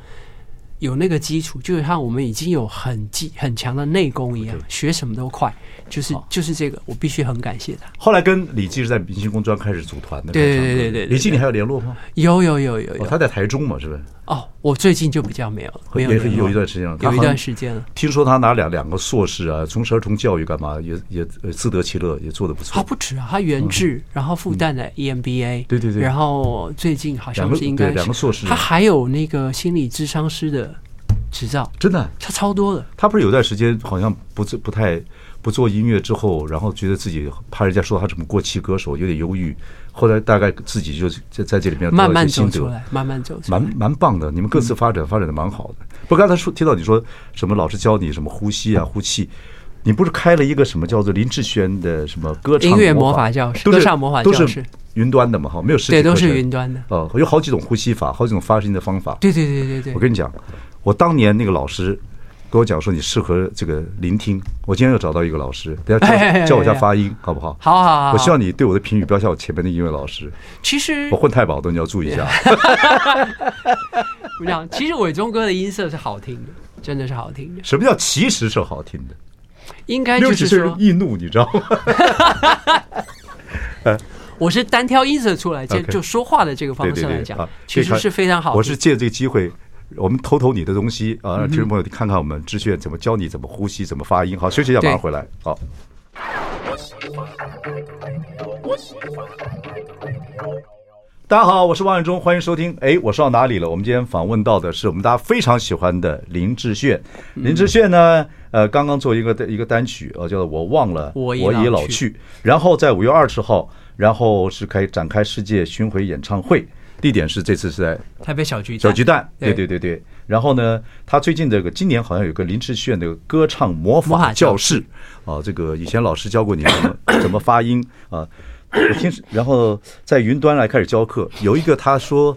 [SPEAKER 2] 有那个基础，就像我们已经有很技很强的内功一样，学什么都快，就是就是这个，我必须很感谢他。
[SPEAKER 1] 后来跟李记是在明星工专开始组团的，
[SPEAKER 2] 对对
[SPEAKER 1] 开始唱歌
[SPEAKER 2] 对对对对
[SPEAKER 1] 李记你还有联络吗？
[SPEAKER 2] 有有有有
[SPEAKER 1] 哦，
[SPEAKER 2] 有
[SPEAKER 1] 他在台中嘛，是不是？
[SPEAKER 2] 哦，我最近就比较没有了，没有
[SPEAKER 1] 也是
[SPEAKER 2] 联络
[SPEAKER 1] 有一段时间了，他
[SPEAKER 2] 有一
[SPEAKER 1] 好像
[SPEAKER 2] 段时间了，
[SPEAKER 1] 听说他拿两两个硕士啊，从事儿童教育干嘛，也也呃自得其乐，也做得不
[SPEAKER 2] 他
[SPEAKER 1] 错。
[SPEAKER 2] 不止啊，他原制，然后复旦的 E EMBA，
[SPEAKER 1] 嗯对对对
[SPEAKER 2] 然后最近好
[SPEAKER 1] 两
[SPEAKER 2] 像
[SPEAKER 1] 个
[SPEAKER 2] 是应该
[SPEAKER 1] 对两个硕士
[SPEAKER 2] 他还有那个心理智商师的执照。
[SPEAKER 1] 真的，啊
[SPEAKER 2] 他超多的，
[SPEAKER 1] 他不是有段时间好像不做不太不做音乐之后，然后觉得自己怕人家说他什么过气歌手，有点忧郁。后来大概自己就在在这里面得到一
[SPEAKER 2] 慢
[SPEAKER 1] 些
[SPEAKER 2] 慢
[SPEAKER 1] 心
[SPEAKER 2] 走
[SPEAKER 1] 得
[SPEAKER 2] 出来，慢慢走出来。
[SPEAKER 1] 蛮蛮棒的。你们各自发展、发展的蛮好的。不，刚才说听到你说什么老师教你什么呼吸啊、呼气，你不是开了一个什么叫做林志轩的什么歌唱
[SPEAKER 2] 音乐
[SPEAKER 1] 魔
[SPEAKER 2] 魔法教室
[SPEAKER 1] 都是
[SPEAKER 2] 歌唱魔法
[SPEAKER 1] 都
[SPEAKER 2] 教
[SPEAKER 1] 是
[SPEAKER 2] 室
[SPEAKER 1] 云端的嘛？哈，没有实体
[SPEAKER 2] 对都
[SPEAKER 1] 课
[SPEAKER 2] 是
[SPEAKER 1] 程
[SPEAKER 2] 云端的
[SPEAKER 1] 哦，有好几种呼吸法，好几种发声的方法。
[SPEAKER 2] 对对对对
[SPEAKER 1] 我
[SPEAKER 2] 对，
[SPEAKER 1] 跟你讲，我当年那个老师跟我讲说你适合这个聆听，我今天又找到一个老师，等
[SPEAKER 2] 哎哎哎
[SPEAKER 1] 下
[SPEAKER 2] 哎
[SPEAKER 1] 教教我一下发音，好不好？
[SPEAKER 2] 好好好好
[SPEAKER 1] 我希望你对我的评语不要像我前面的音乐老师，
[SPEAKER 2] 其实
[SPEAKER 1] 我混太饱的你要注意一 下。
[SPEAKER 2] 不讲，其实伟忠哥的音色是好听的，真的是好听的，
[SPEAKER 1] 什么叫其实是好听的？
[SPEAKER 2] 应该
[SPEAKER 1] 六
[SPEAKER 2] 哎就
[SPEAKER 1] 十
[SPEAKER 2] 是
[SPEAKER 1] 岁
[SPEAKER 2] 说
[SPEAKER 1] 易怒，你知道吗？
[SPEAKER 2] 我是单挑音色出来，就
[SPEAKER 1] OK
[SPEAKER 2] 就说话的这个方
[SPEAKER 1] 对
[SPEAKER 2] 式
[SPEAKER 1] 对
[SPEAKER 2] 来
[SPEAKER 1] 对，
[SPEAKER 2] 讲
[SPEAKER 1] 啊，
[SPEAKER 2] 其
[SPEAKER 1] 可
[SPEAKER 2] 实
[SPEAKER 1] 以看
[SPEAKER 2] 是非常好听。嗯
[SPEAKER 1] 我是借这个机会。我们偷偷你的东西啊，让听众朋友看看我们志炫怎么教你怎么呼吸，怎么发音。好，休息一下，马上
[SPEAKER 2] 对
[SPEAKER 1] 回来。好。大家好，我是王永忠，欢迎收听。哎，我说到哪里了？我们今天访问到的是我们大家非常喜欢的林志炫。
[SPEAKER 2] 嗯
[SPEAKER 1] 林志炫呢，呃，刚刚做一个一个单曲，呃，叫做《我忘了
[SPEAKER 2] 我已
[SPEAKER 1] 已
[SPEAKER 2] 老
[SPEAKER 1] 老
[SPEAKER 2] 去
[SPEAKER 1] 去》，然后在五月二十号，然后是开展开世界巡回演唱会，地点是这次是在
[SPEAKER 2] 台北小巨
[SPEAKER 1] 小巨蛋，对
[SPEAKER 2] 对
[SPEAKER 1] 对对对。然后呢，他最近这个今年好像有个林志炫的歌唱魔
[SPEAKER 2] 魔
[SPEAKER 1] 法
[SPEAKER 2] 法
[SPEAKER 1] 教
[SPEAKER 2] 教
[SPEAKER 1] 室啊，这个以前老师教过你怎么 怎么发音啊。我听，然后在云端来开始教课，有一个他说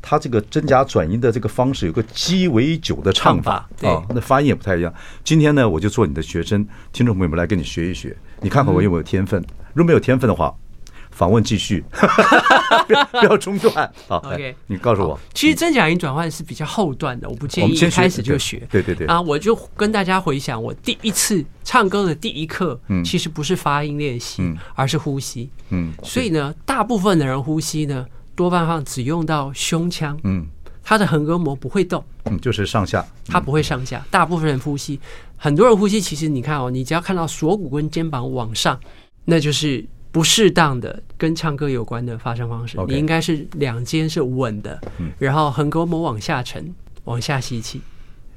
[SPEAKER 1] 他这个真假转音的这个方式有个鸡尾酒的唱法
[SPEAKER 2] 唱法对
[SPEAKER 1] 啊，那发音也不太一样。今天呢，我就做你的学生，听众朋友们来跟你学一学，你看看我有没有天分。如果没有天分的话，访问继续， 不要不要中断啊。来
[SPEAKER 2] OK
[SPEAKER 1] 你告诉我
[SPEAKER 2] 好。其实真假音转换是比较后段的，我不建
[SPEAKER 1] 我
[SPEAKER 2] 议
[SPEAKER 1] 们先
[SPEAKER 2] 一
[SPEAKER 1] 学
[SPEAKER 2] 开始就
[SPEAKER 1] 对
[SPEAKER 2] 学。
[SPEAKER 1] 对对对
[SPEAKER 2] 啊，我就跟大家回想，我第一次唱歌的第一课，其实不是发音练习，而是呼吸。
[SPEAKER 1] 嗯，
[SPEAKER 2] 所以呢，大部分的人呼吸呢，多半上只用到胸腔，
[SPEAKER 1] 嗯，
[SPEAKER 2] 他的横膈膜不会动，
[SPEAKER 1] 嗯，就是上下，
[SPEAKER 2] 它不会上下。大部分人呼吸，很多人呼吸，其实你看哦，你只要看到锁骨跟肩膀往上，那就是不适当的跟唱歌有关的发声方式。
[SPEAKER 1] OK 嗯
[SPEAKER 2] 你应该是两肩是稳的，然后横膈膜往下沉，往下吸气。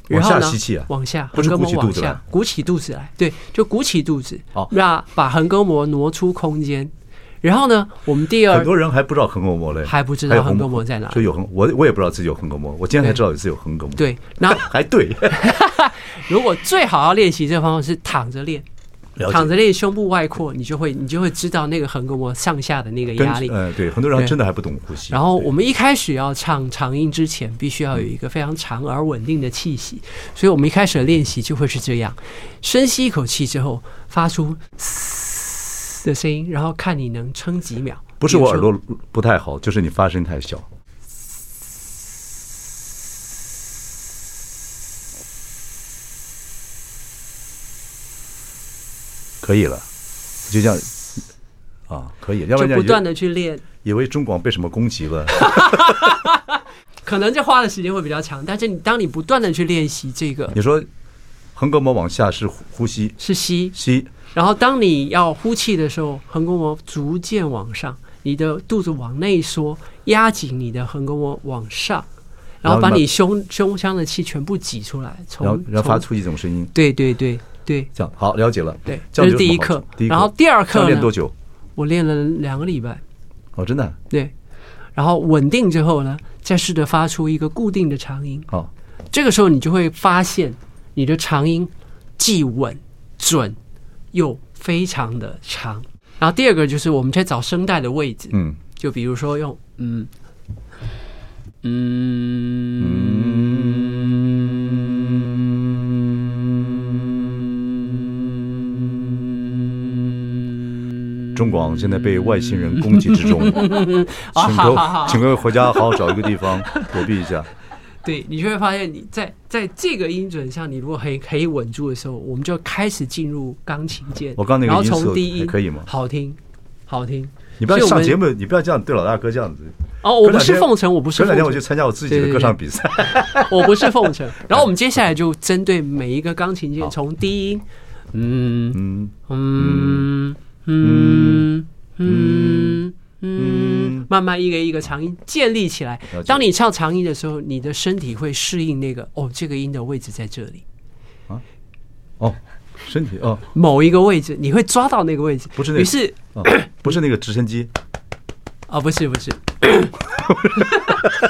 [SPEAKER 1] 往
[SPEAKER 2] 然后
[SPEAKER 1] 下
[SPEAKER 2] 呢
[SPEAKER 1] 吸气啊
[SPEAKER 2] 往下，
[SPEAKER 1] 不
[SPEAKER 2] 横
[SPEAKER 1] 是
[SPEAKER 2] 膈
[SPEAKER 1] 鼓
[SPEAKER 2] 膜
[SPEAKER 1] 起肚
[SPEAKER 2] 往
[SPEAKER 1] 子来
[SPEAKER 2] 下，鼓起肚子来，对，就鼓起肚子，
[SPEAKER 1] 哦
[SPEAKER 2] 那把横膈膜挪出空间。然后呢，我们第二
[SPEAKER 1] 很多人还不知道横膈膜嘞，
[SPEAKER 2] 呃还不知道
[SPEAKER 1] 还有
[SPEAKER 2] 横膈膜在哪
[SPEAKER 1] 所以有横，我我也不知道自己有横膈膜，我今天才
[SPEAKER 2] 对
[SPEAKER 1] 知道自己有横膈膜，，
[SPEAKER 2] 对，然后
[SPEAKER 1] 还对，
[SPEAKER 2] 如果最好要练习这方法是躺着练，
[SPEAKER 1] 了解
[SPEAKER 2] 躺着练胸部外扩，你就会你就会知道那个横膈膜上下的那个
[SPEAKER 1] 跟
[SPEAKER 2] 压力。
[SPEAKER 1] 呃对，很多人
[SPEAKER 2] 对
[SPEAKER 1] 真的还不懂呼吸，
[SPEAKER 2] 然后我们一开始要唱长音之前，必须要有一个非常长而稳定的气息，所以我们一开始的练习就会是这样：深吸一口气之后，发出嘶的声音，然后看你能撑几秒。
[SPEAKER 1] 不是我耳朵不太好，就是你发声太小。可以了，就这样啊，可以。要不然
[SPEAKER 2] 就不
[SPEAKER 1] 人家
[SPEAKER 2] 断的去练，
[SPEAKER 1] 以为中广被什么攻击了。
[SPEAKER 2] 可能这花的时间会比较长，但是你当你不断的去练习这个
[SPEAKER 1] 你说横膈膜往下是呼呼吸，
[SPEAKER 2] 是吸，
[SPEAKER 1] 吸
[SPEAKER 2] 然后当你要呼气的时候，横膈膜逐渐往上，你的肚子往内缩，压紧你的横膈膜往上，然
[SPEAKER 1] 然
[SPEAKER 2] 后
[SPEAKER 1] 后
[SPEAKER 2] 把
[SPEAKER 1] 慢
[SPEAKER 2] 你胸胸腔的气全部挤出来，
[SPEAKER 1] 然后
[SPEAKER 2] 从
[SPEAKER 1] 然后发
[SPEAKER 2] 从
[SPEAKER 1] 出一种声音，
[SPEAKER 2] 对对对对
[SPEAKER 1] 这样好了解了。
[SPEAKER 2] 对，
[SPEAKER 1] 这
[SPEAKER 2] 这
[SPEAKER 1] 样
[SPEAKER 2] 是
[SPEAKER 1] 有什
[SPEAKER 2] 第
[SPEAKER 1] 么
[SPEAKER 2] 一
[SPEAKER 1] 好
[SPEAKER 2] 课
[SPEAKER 1] 处。第一课，
[SPEAKER 2] 然后第二
[SPEAKER 1] 这
[SPEAKER 2] 课
[SPEAKER 1] 样
[SPEAKER 2] 呢
[SPEAKER 1] 练多久？
[SPEAKER 2] 我练了两个礼拜，
[SPEAKER 1] 哦，真的啊
[SPEAKER 2] 对，然后稳定之后呢，再试着发出一个固定的长音。
[SPEAKER 1] 好，
[SPEAKER 2] 这个时候你就会发现你的长音既稳准又非常的长。然后第二个就是我们在找声带的位置，
[SPEAKER 1] 嗯
[SPEAKER 2] 就比如说用嗯嗯，
[SPEAKER 1] 中广现在被外星人攻击之 中，
[SPEAKER 2] 啊
[SPEAKER 1] 请各位请各位回家好好找一个地方躲避一 下。
[SPEAKER 2] 对你就会发现，你在在这个音准上，你如果很可以稳住的时候，我们就开始进入钢琴键。
[SPEAKER 1] 我刚那个
[SPEAKER 2] 然后
[SPEAKER 1] 音色
[SPEAKER 2] 从第一
[SPEAKER 1] 还可以吗
[SPEAKER 2] 好听，好听。
[SPEAKER 1] 你不要
[SPEAKER 2] 所以我
[SPEAKER 1] 上
[SPEAKER 2] 们
[SPEAKER 1] 节目，你不要这样对老大哥这样子。
[SPEAKER 2] 哦，我不
[SPEAKER 1] 前
[SPEAKER 2] 是
[SPEAKER 1] 两天
[SPEAKER 2] 奉承，我不是
[SPEAKER 1] 前
[SPEAKER 2] 奉
[SPEAKER 1] 两天我去
[SPEAKER 2] 承，
[SPEAKER 1] 参加我自己的歌唱比赛，
[SPEAKER 2] 我不是奉承。然后我们接下来就针对每一个钢琴键，从低音，嗯
[SPEAKER 1] 嗯，
[SPEAKER 2] 嗯嗯嗯嗯，慢慢一个一个长音建立起来
[SPEAKER 1] 了解。
[SPEAKER 2] 当你唱长音的时候，你的身体会适应那个哦，这个音的位置在这里，
[SPEAKER 1] 哦，身体哦，
[SPEAKER 2] 某一个位置，你会抓到那个位置。
[SPEAKER 1] 不是那
[SPEAKER 2] 于是
[SPEAKER 1] 哦，不是那个直升机，
[SPEAKER 2] 啊，不是不 是，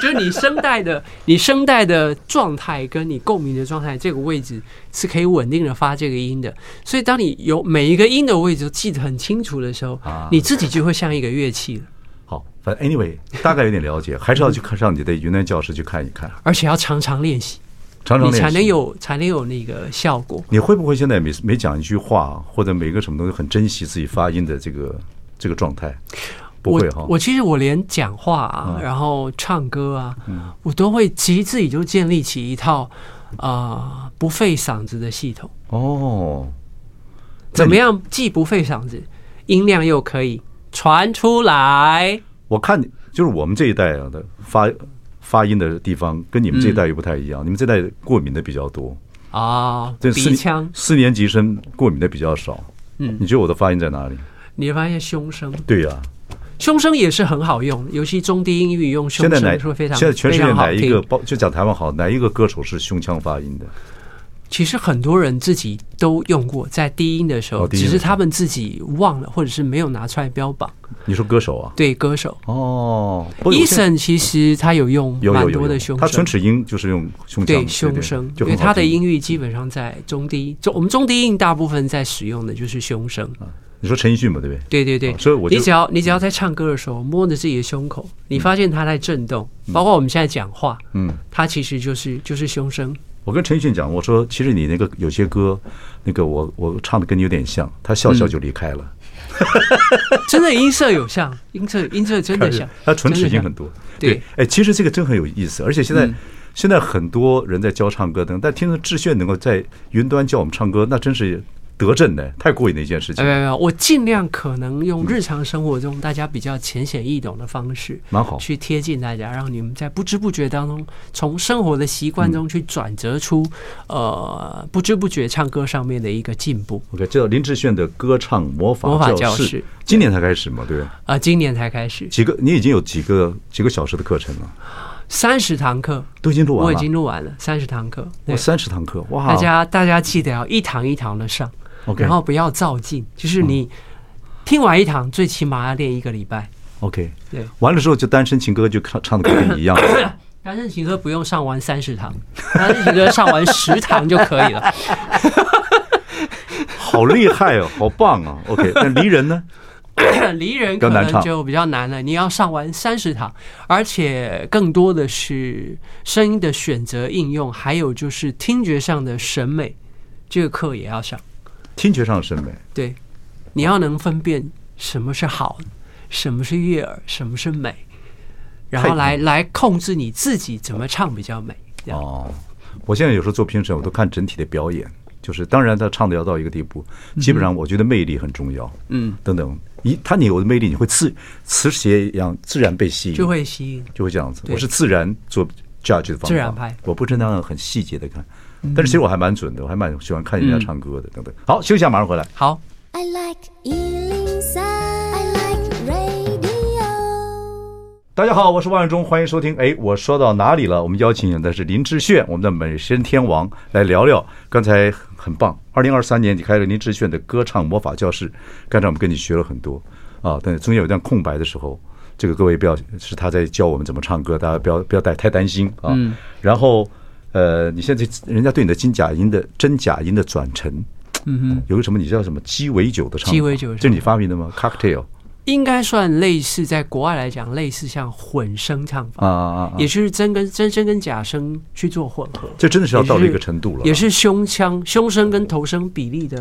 [SPEAKER 2] 就是你声带的你声带的状态跟你共鸣的状态这个位置是可以稳定的发这个音的，所以当你有每一个音的位置都记得很清楚的时候
[SPEAKER 1] 啊，
[SPEAKER 2] 你自己就会像一个乐器了，
[SPEAKER 1] 好，反正 anyway 大概有点了解，还是要去看上你的云南教室去看一看，啊
[SPEAKER 2] 而且要常常练习，
[SPEAKER 1] 常常
[SPEAKER 2] 你
[SPEAKER 1] 练习
[SPEAKER 2] 才能。有才能有那个效果。
[SPEAKER 1] 你会不会现在每每讲一句话或者每一个什么东西很珍惜自己发音的这个这个状态？不会哈
[SPEAKER 2] 我，我其实我连讲话啊，然后唱歌啊，
[SPEAKER 1] 嗯
[SPEAKER 2] 我都会其实自己就建立起一套啊不费嗓子的系统。
[SPEAKER 1] 哦，
[SPEAKER 2] 怎么样既不费嗓子，音量又可以传出来？
[SPEAKER 1] 我看你就是我们这一代啊的发发音的地方跟你们这一代又不太一样，你们这代过敏的比较多，
[SPEAKER 2] 啊、
[SPEAKER 1] 这四
[SPEAKER 2] 嗯鼻
[SPEAKER 1] 年
[SPEAKER 2] 腔，
[SPEAKER 1] 四年级生过敏的比较少。嗯，你觉得我的发音在哪里？
[SPEAKER 2] 你会发现胸声，
[SPEAKER 1] 对呀、
[SPEAKER 2] 胸声也是很好用，尤其中低音域用
[SPEAKER 1] 现
[SPEAKER 2] 胸
[SPEAKER 1] 在哪
[SPEAKER 2] 声是会非常
[SPEAKER 1] 现在全世界
[SPEAKER 2] 非常好
[SPEAKER 1] 哪一个
[SPEAKER 2] 听。
[SPEAKER 1] 包就讲台湾好，哪一个歌手是胸腔发音的？
[SPEAKER 2] 其实很多人自己都用过，在低音的时候，
[SPEAKER 1] 哦低音
[SPEAKER 2] 只
[SPEAKER 1] 的时候
[SPEAKER 2] 是他们自己忘了，或者是没有拿出来标榜。
[SPEAKER 1] 你说歌手啊？
[SPEAKER 2] 对歌手
[SPEAKER 1] 哦，医
[SPEAKER 2] 伊
[SPEAKER 1] 生
[SPEAKER 2] 森其实他有用
[SPEAKER 1] 有有
[SPEAKER 2] 蛮
[SPEAKER 1] 有
[SPEAKER 2] 多
[SPEAKER 1] 有
[SPEAKER 2] 的胸
[SPEAKER 1] 他
[SPEAKER 2] 声
[SPEAKER 1] 唇。齿音就是用胸腔，
[SPEAKER 2] 对胸声，
[SPEAKER 1] 就
[SPEAKER 2] 因
[SPEAKER 1] 很
[SPEAKER 2] 为
[SPEAKER 1] 好
[SPEAKER 2] 他的
[SPEAKER 1] 听
[SPEAKER 2] 音域基本上在中低，中我们中低音大部分在使用的就是胸声。
[SPEAKER 1] 你说陈奕迅嘛，对不对？
[SPEAKER 2] 对对对，
[SPEAKER 1] 啊所以我就
[SPEAKER 2] 你只要你只要在唱歌的时候摸着自己的胸口，你发现它在震动，包括我们现在讲话，
[SPEAKER 1] 嗯，
[SPEAKER 2] 它其实就是就是胸声。
[SPEAKER 1] 我跟陈奕迅讲，我说其实你那个有些歌，那个我我唱的跟你有点像，他笑笑就离开了，
[SPEAKER 2] 嗯真的音色有像， 音色音色真的像，
[SPEAKER 1] 他唇齿
[SPEAKER 2] 真
[SPEAKER 1] 音
[SPEAKER 2] 的像
[SPEAKER 1] 很多。
[SPEAKER 2] 对，嗯
[SPEAKER 1] 哎，其实这个真很有意思，而且现在、现在很多人在教唱歌等，但听着志炫能够在云端教我们唱歌，那真是得震呢，太过瘾的一件事
[SPEAKER 2] 哎
[SPEAKER 1] 情
[SPEAKER 2] 没，有没有，我尽量可能用日常生活中大家比较浅显易懂的方式，
[SPEAKER 1] 蛮好。
[SPEAKER 2] 去贴近大家，让你们在不知不觉当中，从生活的习惯中去转折出，呃，不知不觉唱歌上面的一个进步。
[SPEAKER 1] OK，这林志炫的歌唱魔法
[SPEAKER 2] 魔法
[SPEAKER 1] 教
[SPEAKER 2] 教
[SPEAKER 1] 室，
[SPEAKER 2] 室
[SPEAKER 1] 今年才开始嘛，对不对？
[SPEAKER 2] 啊、今年才开始
[SPEAKER 1] 几个你已经有几个几个小时的课程了，
[SPEAKER 2] 三十堂课，
[SPEAKER 1] 都已经录完了，
[SPEAKER 2] 我已经录完了三十堂课。对
[SPEAKER 1] 哇，三十堂课，哇，
[SPEAKER 2] 大家大家记得要一堂一堂的上
[SPEAKER 1] OK 嗯
[SPEAKER 2] 然后不要照进，就是你听完一堂，最起码要练一个礼拜。
[SPEAKER 1] OK，
[SPEAKER 2] 对，
[SPEAKER 1] 完了之后就单身情歌就唱唱的跟你一样，
[SPEAKER 2] 单身情歌不用上完三十堂， 单身情歌上完十堂就可 以了。
[SPEAKER 1] 好厉害哦，好棒啊。OK，那 离人呢？
[SPEAKER 2] 离人
[SPEAKER 1] 比较
[SPEAKER 2] 可
[SPEAKER 1] 难
[SPEAKER 2] 能
[SPEAKER 1] 唱
[SPEAKER 2] 就比较难了，你要上完三十堂，而且更多的是声音的选择应用，还有就是听觉上的审美，这个课也要上。
[SPEAKER 1] 听觉上的审美，
[SPEAKER 2] 对，你要能分辨什么是好，什么是悦耳，什么是美，然后来来控制你自己怎么唱比较美。这样
[SPEAKER 1] 哦，我现在有时候做评审，我都看整体的表演，就是当然他唱的要到一个地步，
[SPEAKER 2] 嗯
[SPEAKER 1] 基本上我觉得魅力很重要，嗯，等等，一他你有魅力，你会自磁铁一样自然被吸引，
[SPEAKER 2] 就会吸引。
[SPEAKER 1] 就会这样子。
[SPEAKER 2] 对
[SPEAKER 1] 我是自然做 judge 的方法，
[SPEAKER 2] 自然嗯拍
[SPEAKER 1] 我不是那样很细节的看。但是其实我还蛮准的，我还蛮喜欢看
[SPEAKER 2] 嗯
[SPEAKER 1] 人家唱歌的，等等。好，休息一下，马上回来。
[SPEAKER 2] 好，
[SPEAKER 3] I like Ealing Sound. I like radio.
[SPEAKER 1] 大家好，我是万永忠，欢迎收听。哎，我说到哪里了？我们邀请的是林志炫，我们的美声天王，来聊聊。刚才很棒，二零二三年你开了林志炫的歌唱魔法教室，刚才我们跟你学了很多啊，但是中间有一段空白的时候，这个各位不要是他在教我们怎么唱歌，大家不要不要太太担心啊。然后呃，你现在人家对你的金假音的真假音的转成，嗯哼，有个什么你叫什么鸡尾酒的唱法，
[SPEAKER 2] 鸡尾酒的唱法
[SPEAKER 1] 这是你发明的吗？Cocktail
[SPEAKER 2] 应该算类似，在国外来讲，类似像混声唱法
[SPEAKER 1] 啊啊啊！
[SPEAKER 2] 也就是真跟真声跟假声去做混合，
[SPEAKER 1] 这真的是要到了一个程度了啊
[SPEAKER 2] 也是胸腔、胸声跟头声比例的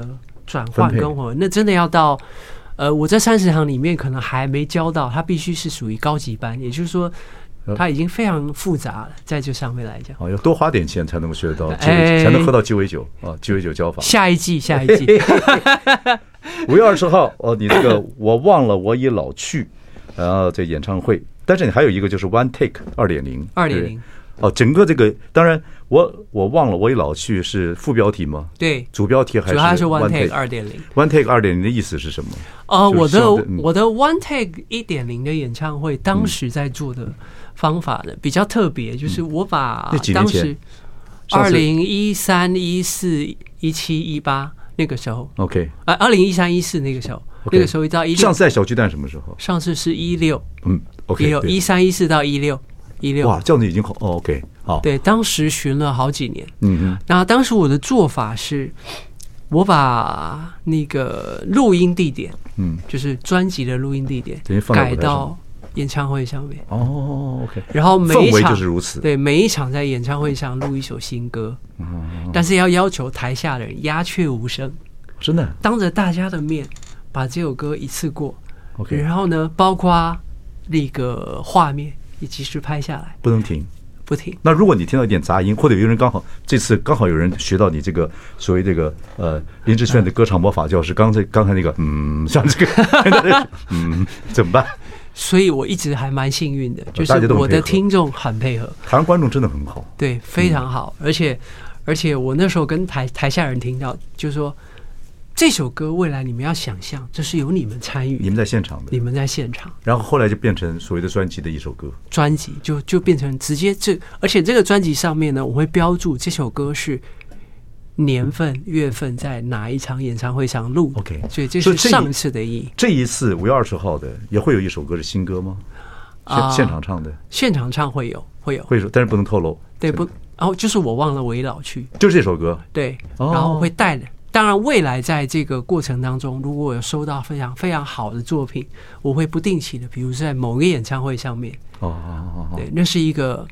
[SPEAKER 2] 转换
[SPEAKER 1] 分配
[SPEAKER 2] 跟混合，那真的要到。呃，我在三十堂里面可能还没教到，它必须是属于高级班，也就是说，
[SPEAKER 1] 呃
[SPEAKER 2] 它已经非常复杂了，在这上面来讲。
[SPEAKER 1] 啊，要多花点钱才能够学得到鸡尾，
[SPEAKER 2] 哎
[SPEAKER 1] 才能喝到鸡尾酒啊！鸡尾酒教 法。
[SPEAKER 2] 下一季，下一 季，
[SPEAKER 1] 五月二十号，哦，你这个我忘了我已老去，然后这演唱会，但是你还有一个就是 One Take 二点零，
[SPEAKER 2] 2.0
[SPEAKER 1] 哦，整个这个当然我我忘了我已老去是副标题吗？
[SPEAKER 2] 对，
[SPEAKER 1] 主标题还
[SPEAKER 2] 主
[SPEAKER 1] 是
[SPEAKER 2] 要它是
[SPEAKER 1] One
[SPEAKER 2] one take
[SPEAKER 1] Take
[SPEAKER 2] 二点零。
[SPEAKER 1] One Take 二点零的意思是什么？
[SPEAKER 2] 哦，
[SPEAKER 1] 就
[SPEAKER 2] 我
[SPEAKER 1] 是
[SPEAKER 2] 的
[SPEAKER 1] 像这嗯
[SPEAKER 2] 我的 One Take 一点零的演唱会，当时在做的方法呢比较特别，就是我
[SPEAKER 1] 嗯
[SPEAKER 2] 把
[SPEAKER 1] 那几年
[SPEAKER 2] 当
[SPEAKER 1] 前
[SPEAKER 2] 时
[SPEAKER 1] 上
[SPEAKER 2] 二
[SPEAKER 1] 次
[SPEAKER 2] 零一三、一四、一七、一八那个时候，
[SPEAKER 1] OK，
[SPEAKER 2] 啊，二零一三、一四那个时候，那个时候到一
[SPEAKER 1] 哦上
[SPEAKER 2] 六，
[SPEAKER 1] 次在小巨蛋什么时候？
[SPEAKER 2] 上次是一六
[SPEAKER 1] 嗯，OK，
[SPEAKER 2] 一六
[SPEAKER 1] 对
[SPEAKER 2] 一三一四到一六一六，
[SPEAKER 1] 哇，这样子已经好、哦、OK 好，
[SPEAKER 2] 对，当时巡了好几年。
[SPEAKER 1] 嗯
[SPEAKER 2] 那当时我的做法是，我把那个录音地点，
[SPEAKER 1] 嗯，
[SPEAKER 2] 就是专辑的录音地点
[SPEAKER 1] 等于，放在舞台上
[SPEAKER 2] 改到演唱会上面。
[SPEAKER 1] 哼，哦 OK，
[SPEAKER 2] 然后每一
[SPEAKER 1] 氛围
[SPEAKER 2] 场
[SPEAKER 1] 就是如此，嗯
[SPEAKER 2] 对每一场在演唱会上录一首新歌，但是要要求台下的人鸦雀无声，
[SPEAKER 1] 真的
[SPEAKER 2] 当着大家的面把这首歌一次过，
[SPEAKER 1] OK，
[SPEAKER 2] 然后呢，包括那个画面也及时拍下来，
[SPEAKER 1] 不能停。
[SPEAKER 2] 不停。
[SPEAKER 1] 那如果你听到一点杂音，或者有人刚好这次刚好有人学到你这个所谓这个呃林志炫的歌唱魔法教室，刚才刚才那个嗯，像这 个嗯，怎么办？
[SPEAKER 2] 所以我一直还蛮幸运的，就
[SPEAKER 1] 呃大家
[SPEAKER 2] 是
[SPEAKER 1] 都很
[SPEAKER 2] 我的
[SPEAKER 1] 配合嗯
[SPEAKER 2] 听众很配合，
[SPEAKER 1] 台湾观众真的很好，
[SPEAKER 2] 对，非常好，而且而且我那时候跟台台下人听到，就说这首歌未来你们要想象，这是由你们参与
[SPEAKER 1] 你
[SPEAKER 2] 的，
[SPEAKER 1] 们在现场的
[SPEAKER 2] 你，们在现场，
[SPEAKER 1] 然后后来就变成所谓的专辑的一首歌，
[SPEAKER 2] 专辑就就变成直接这，而且这个专辑上面呢，我会标注这首歌是。年份、月份在哪一场演唱会上录
[SPEAKER 1] OK
[SPEAKER 2] 所以这
[SPEAKER 1] 所以这
[SPEAKER 2] 是
[SPEAKER 1] 一
[SPEAKER 2] 上次的意义。
[SPEAKER 1] 这一次五月二十号的也会有一首歌是新歌吗？现
[SPEAKER 2] 啊
[SPEAKER 1] 现场唱的
[SPEAKER 2] 现场唱会有，会有，
[SPEAKER 1] 会说，但是不能透露。
[SPEAKER 2] 对不？然后就是我忘了我已老去，
[SPEAKER 1] 就是这首歌，
[SPEAKER 2] 对，
[SPEAKER 1] 哦
[SPEAKER 2] 然后会带的。当然，未来在这个过程当中，如果有收到非常非常好的作品，我会不定期的，比如在某个演唱会上面，
[SPEAKER 1] 哦哦哦哦，
[SPEAKER 2] 对，那是一个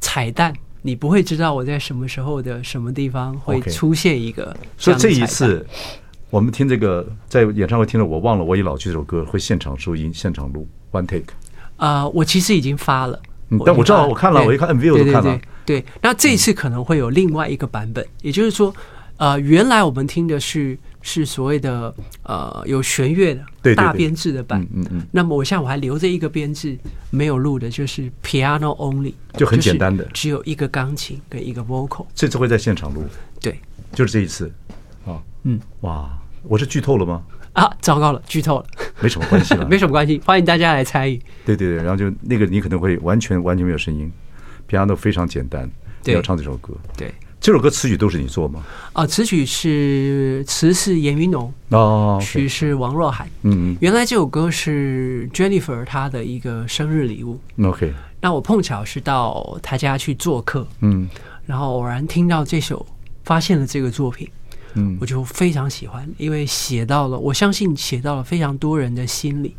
[SPEAKER 2] 彩蛋，你不会知道我在什么时候的什么地方会
[SPEAKER 1] OK
[SPEAKER 2] 出现一个
[SPEAKER 1] 所以
[SPEAKER 2] 样的
[SPEAKER 1] 这一
[SPEAKER 2] 彩蛋
[SPEAKER 1] 次我们听这个在演唱会听了，我忘了我已老去这首歌会现场收音、现场录 one take。
[SPEAKER 2] 啊、我其实已经发了
[SPEAKER 1] 嗯。但我知道
[SPEAKER 2] 已经发
[SPEAKER 1] 我看了
[SPEAKER 2] 对
[SPEAKER 1] 我一看 MV 我都
[SPEAKER 2] 对对
[SPEAKER 1] 看了
[SPEAKER 2] 对。对，那这一次可能会有另外一个版本，也就是说，呃，原来我们听的是是所谓的呃有弦乐的
[SPEAKER 1] 对对对
[SPEAKER 2] 大编制的版
[SPEAKER 1] 嗯，嗯嗯，
[SPEAKER 2] 那么我现在我还留着一个编制没有录的，就是 piano only，
[SPEAKER 1] 就很
[SPEAKER 2] 是
[SPEAKER 1] 简单的
[SPEAKER 2] 只有一个钢琴跟一个 vocal。
[SPEAKER 1] 这次会在现场录，
[SPEAKER 2] 对
[SPEAKER 1] 就是这一次啊。
[SPEAKER 2] 嗯，
[SPEAKER 1] 哇，我是剧透了吗？
[SPEAKER 2] 啊，糟糕了，剧透了，
[SPEAKER 1] 没什么关系了，
[SPEAKER 2] 没什么关系，欢迎大家来参与。
[SPEAKER 1] 对对对，然后就那个你可能会完全完全没有声音，piano 非常简单，你
[SPEAKER 2] 对
[SPEAKER 1] 要唱这首歌。
[SPEAKER 2] 对，
[SPEAKER 1] 这首歌词曲都是你做吗？
[SPEAKER 2] 啊，词曲是词是严云农，
[SPEAKER 1] 哦
[SPEAKER 2] 曲是王若涵。
[SPEAKER 1] 嗯
[SPEAKER 2] 原来这首歌是 Jennifer 她的一个生日礼物，
[SPEAKER 1] 嗯，OK，
[SPEAKER 2] 那我碰巧是到她家去做客，
[SPEAKER 1] 嗯
[SPEAKER 2] 然后偶然听到这首，发现了这个作品，
[SPEAKER 1] 嗯
[SPEAKER 2] 我就非常喜欢，因为写到了，我相信写到了非常多人的心里，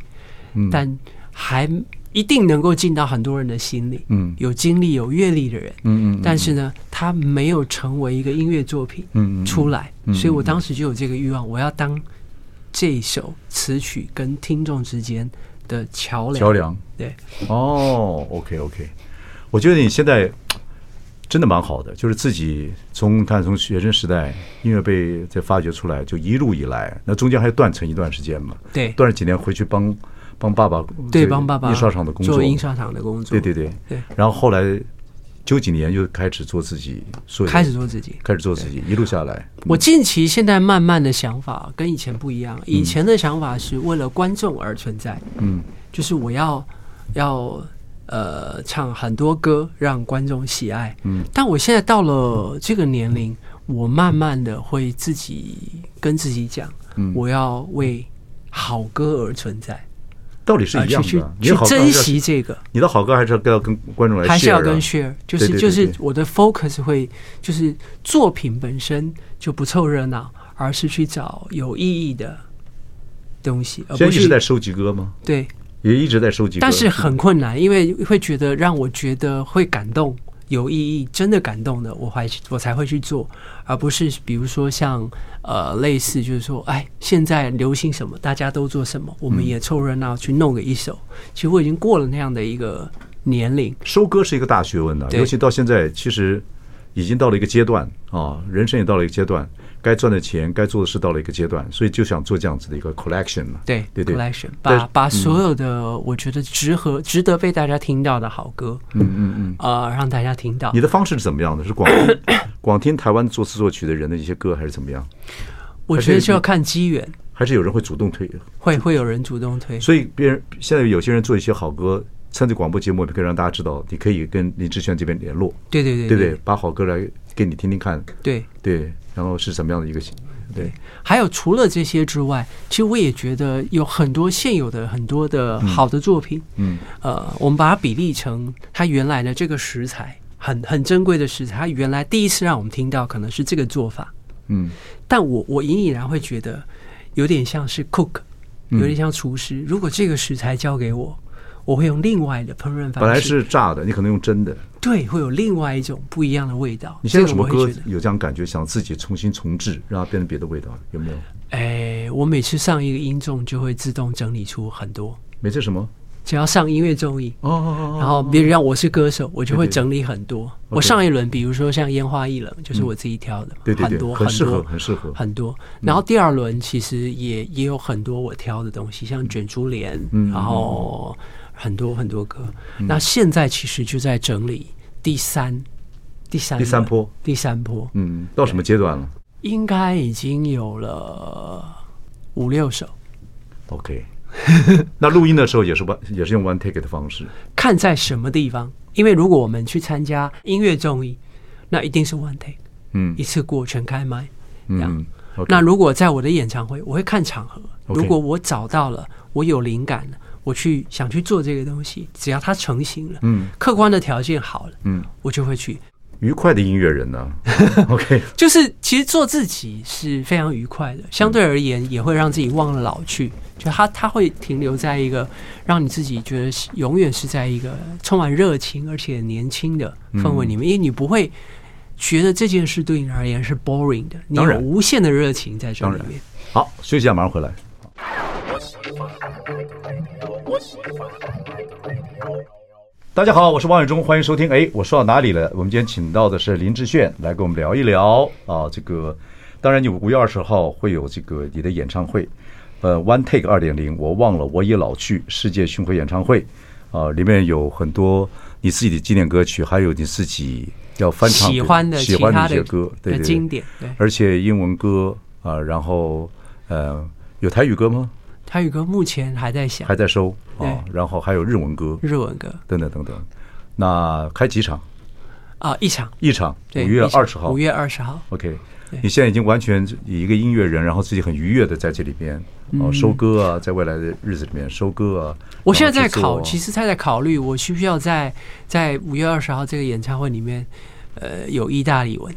[SPEAKER 1] 嗯
[SPEAKER 2] 但还一定能够进到很多人的心里，
[SPEAKER 1] 嗯
[SPEAKER 2] 有经历有阅历的人，
[SPEAKER 1] 嗯嗯，
[SPEAKER 2] 但是呢，它没有成为一个音乐作品
[SPEAKER 1] 嗯嗯嗯
[SPEAKER 2] 出来，
[SPEAKER 1] 嗯
[SPEAKER 2] 所以我当时就有这个欲望，我要当这首词曲跟听众之间的桥梁。
[SPEAKER 1] 桥梁
[SPEAKER 2] 对，
[SPEAKER 1] 哦，OK OK，我觉得你现在真的蛮好的，就是自己从看从学生时代音乐被再发掘出来，就一路以来，那中间还断层一段时间嘛，
[SPEAKER 2] 对
[SPEAKER 1] 断了几年回去帮帮爸爸
[SPEAKER 2] 对，
[SPEAKER 1] 这个
[SPEAKER 2] 帮爸爸
[SPEAKER 1] 印刷厂的工作，
[SPEAKER 2] 做印刷厂的工作，
[SPEAKER 1] 对对对
[SPEAKER 2] 对
[SPEAKER 1] 然后后来九几年又开始做自己，所有
[SPEAKER 2] 开始做自己。
[SPEAKER 1] 开始做自己，一路下来，
[SPEAKER 2] 我近期现在慢慢的想法跟以前不一样，以前的想法是为了观众而存在，
[SPEAKER 1] 嗯
[SPEAKER 2] 就是我要要呃唱很多歌让观众喜爱。
[SPEAKER 1] 嗯，
[SPEAKER 2] 但我现在到了这个年龄，我慢慢的会自己跟自己讲，
[SPEAKER 1] 嗯
[SPEAKER 2] 我要为好歌而存在，
[SPEAKER 1] 道理是
[SPEAKER 2] 啊
[SPEAKER 1] 一样
[SPEAKER 2] 去
[SPEAKER 1] 的。你
[SPEAKER 2] 去
[SPEAKER 1] 的
[SPEAKER 2] 去
[SPEAKER 1] 好歌
[SPEAKER 2] 珍
[SPEAKER 1] 还是要
[SPEAKER 2] 惜这个。
[SPEAKER 1] 你的好歌还是要跟观众来 share 啊，
[SPEAKER 2] 还是要跟 share，就是
[SPEAKER 1] 对对对
[SPEAKER 2] 就是
[SPEAKER 1] 对
[SPEAKER 2] 我的 focus 会就是作品本身就不凑热闹，而是去找有意义的东西，
[SPEAKER 1] 现
[SPEAKER 2] 而
[SPEAKER 1] 在
[SPEAKER 2] 不
[SPEAKER 1] 一直在
[SPEAKER 2] 是
[SPEAKER 1] 收集歌吗？
[SPEAKER 2] 对，
[SPEAKER 1] 也一直在收集歌，
[SPEAKER 2] 但是很困难，因为会觉得让我觉得会感动、有意义、真的感动的，我还我才会去做，而不是比如说像呃类似就是说，哎，现在流行什么，大家都做什么，我
[SPEAKER 1] 嗯
[SPEAKER 2] 们也凑热闹去弄个一首。其实我已经过了那样的一个年龄，
[SPEAKER 1] 收割是一个大学问呐、啊
[SPEAKER 2] 对
[SPEAKER 1] 尤其到现在，其实已经到了一个阶段啊，人生也到了一个阶段，该赚的钱、该做的事到了一个阶段，所以就想做这样子的一个 collection 嘛。
[SPEAKER 2] 对
[SPEAKER 1] 对对
[SPEAKER 2] collection
[SPEAKER 1] 但嗯
[SPEAKER 2] 把把所有的我觉得值和值得被大家听到的好歌，嗯嗯嗯，呃，让大家听到
[SPEAKER 1] 你。的方式是怎么样的？是广 广听台湾作词作曲的人的一些歌，还是怎么样？
[SPEAKER 2] 我
[SPEAKER 1] 还嗯
[SPEAKER 2] 觉得
[SPEAKER 1] 是
[SPEAKER 2] 就要看机缘，
[SPEAKER 1] 还是有人会主动推？
[SPEAKER 2] 会会有人主动推。
[SPEAKER 1] 所以别人现在有些人做一些好歌，参加广播节目，可以让大家知道，你可以跟林志炫这边联络，
[SPEAKER 2] 对对对
[SPEAKER 1] 对不对
[SPEAKER 2] 对？
[SPEAKER 1] 把好歌来给你听听看，
[SPEAKER 2] 对。
[SPEAKER 1] 对，然后是什么样的一个形？对，
[SPEAKER 2] 还有除了这些之外，其实我也觉得有很多现有的很多的好的作品，
[SPEAKER 1] 嗯，
[SPEAKER 2] 呃，我们把它比例成它原来的这个食材，很很珍贵的食材，它原来第一次让我们听到可能是这个做法，
[SPEAKER 1] 嗯，
[SPEAKER 2] 但我我隐隐然会觉得有点像是 cook，
[SPEAKER 1] 嗯
[SPEAKER 2] 有点像厨师。如果这个食材交给我，我会用另外的烹饪方式，
[SPEAKER 1] 本来是炸的，你可能用蒸的。
[SPEAKER 2] 对，会有另外一种不一样的味道。
[SPEAKER 1] 你现在有
[SPEAKER 2] 这
[SPEAKER 1] 什
[SPEAKER 2] 个
[SPEAKER 1] 么
[SPEAKER 2] 我会
[SPEAKER 1] 歌
[SPEAKER 2] 觉得
[SPEAKER 1] 有这样感觉，想自己重新重置，让它变成别的味道？有没有？
[SPEAKER 2] 哎，我每次上一个音重就会自动整理出很多，
[SPEAKER 1] 没这什么？
[SPEAKER 2] 只要上音乐综艺。
[SPEAKER 1] 哦哦
[SPEAKER 2] 然后，比如让我是歌手，我就会整理很多。我
[SPEAKER 1] OK
[SPEAKER 2] 上一轮，比如说像《烟花易冷》，就是我自己挑的，
[SPEAKER 1] 嗯对对
[SPEAKER 2] 很
[SPEAKER 1] 对
[SPEAKER 2] 多
[SPEAKER 1] 很适合
[SPEAKER 2] 多
[SPEAKER 1] 很适合嗯
[SPEAKER 2] 很多。然后第二轮其实也也有很多我挑的东西，像卷珠帘，
[SPEAKER 1] 嗯
[SPEAKER 2] 然后很多很多歌。那现在其实就在整理第三、第三、
[SPEAKER 1] 第三波、
[SPEAKER 2] 第三波，
[SPEAKER 1] 嗯，到什么阶段了
[SPEAKER 2] 应该已经有了五六首。
[SPEAKER 1] ？OK。那录音的时候也是 one 也是用 one take 的方式，
[SPEAKER 2] 看在什么地方，因为如果我们去参加音乐综艺，那一定是 one take。
[SPEAKER 1] 嗯
[SPEAKER 2] 一次过全开麦，这样。
[SPEAKER 1] 嗯，OK，
[SPEAKER 2] 那如果在我的演唱会，我会看场合。
[SPEAKER 1] OK
[SPEAKER 2] 如果我找到了，我有灵感了，我去想去做这个东西，只要它成型了，
[SPEAKER 1] 嗯，
[SPEAKER 2] 客观的条件好了，
[SPEAKER 1] 嗯，
[SPEAKER 2] 我就会去。
[SPEAKER 1] 愉快的音乐人呢？OK，
[SPEAKER 2] 就是其实做自己是非常愉快的，相对而言也会让自己忘了老去，就它它会停留在一个让你自己觉得是永远是在一个充满热情而且年轻的氛围里
[SPEAKER 1] 嗯
[SPEAKER 2] 面，因为你不会觉得这件事对你而言是 boring 的，你
[SPEAKER 1] 当
[SPEAKER 2] 有
[SPEAKER 1] 然
[SPEAKER 2] 无限的热情在这
[SPEAKER 1] 当
[SPEAKER 2] 里
[SPEAKER 1] 然
[SPEAKER 2] 面。
[SPEAKER 1] 好，休息一下，马上回来。大家好，我是王伟忠，欢迎收听。哎，我说到哪里了？我们今天请到的是林志炫来跟我们聊一聊啊，这个当然你五月二十号会有这个你的演唱会，呃，One Take 二点零，我忘了我也老去世界巡回演唱会啊，里面有很多你自己的经典歌曲，还有你自己要翻唱
[SPEAKER 2] 喜欢的
[SPEAKER 1] 喜
[SPEAKER 2] 其
[SPEAKER 1] 欢
[SPEAKER 2] 他
[SPEAKER 1] 一
[SPEAKER 2] 的
[SPEAKER 1] 些歌，对
[SPEAKER 2] 的
[SPEAKER 1] 对对
[SPEAKER 2] 经典，对
[SPEAKER 1] 而且英文歌啊、呃然后呃，有台语歌吗？
[SPEAKER 2] 台语歌目前还在想
[SPEAKER 1] 还在收啊、
[SPEAKER 2] 对
[SPEAKER 1] 然后还有日文歌
[SPEAKER 2] 日文歌
[SPEAKER 1] 等等等等。那开几场？
[SPEAKER 2] 啊、一场
[SPEAKER 1] 一场，五
[SPEAKER 2] 对
[SPEAKER 1] 月
[SPEAKER 2] 一场
[SPEAKER 1] 二十号。
[SPEAKER 2] 五月二十号
[SPEAKER 1] OK，
[SPEAKER 2] 对
[SPEAKER 1] 你现在已经完全以一个音乐人，然后自己很愉悦的在这里边哦收割啊，在未来的日子里面收割啊。
[SPEAKER 2] 嗯我现在在
[SPEAKER 1] 然后制作
[SPEAKER 2] 考，其实他在考虑我需不需要在在五月二十号这个演唱会里面，呃，有意大利文，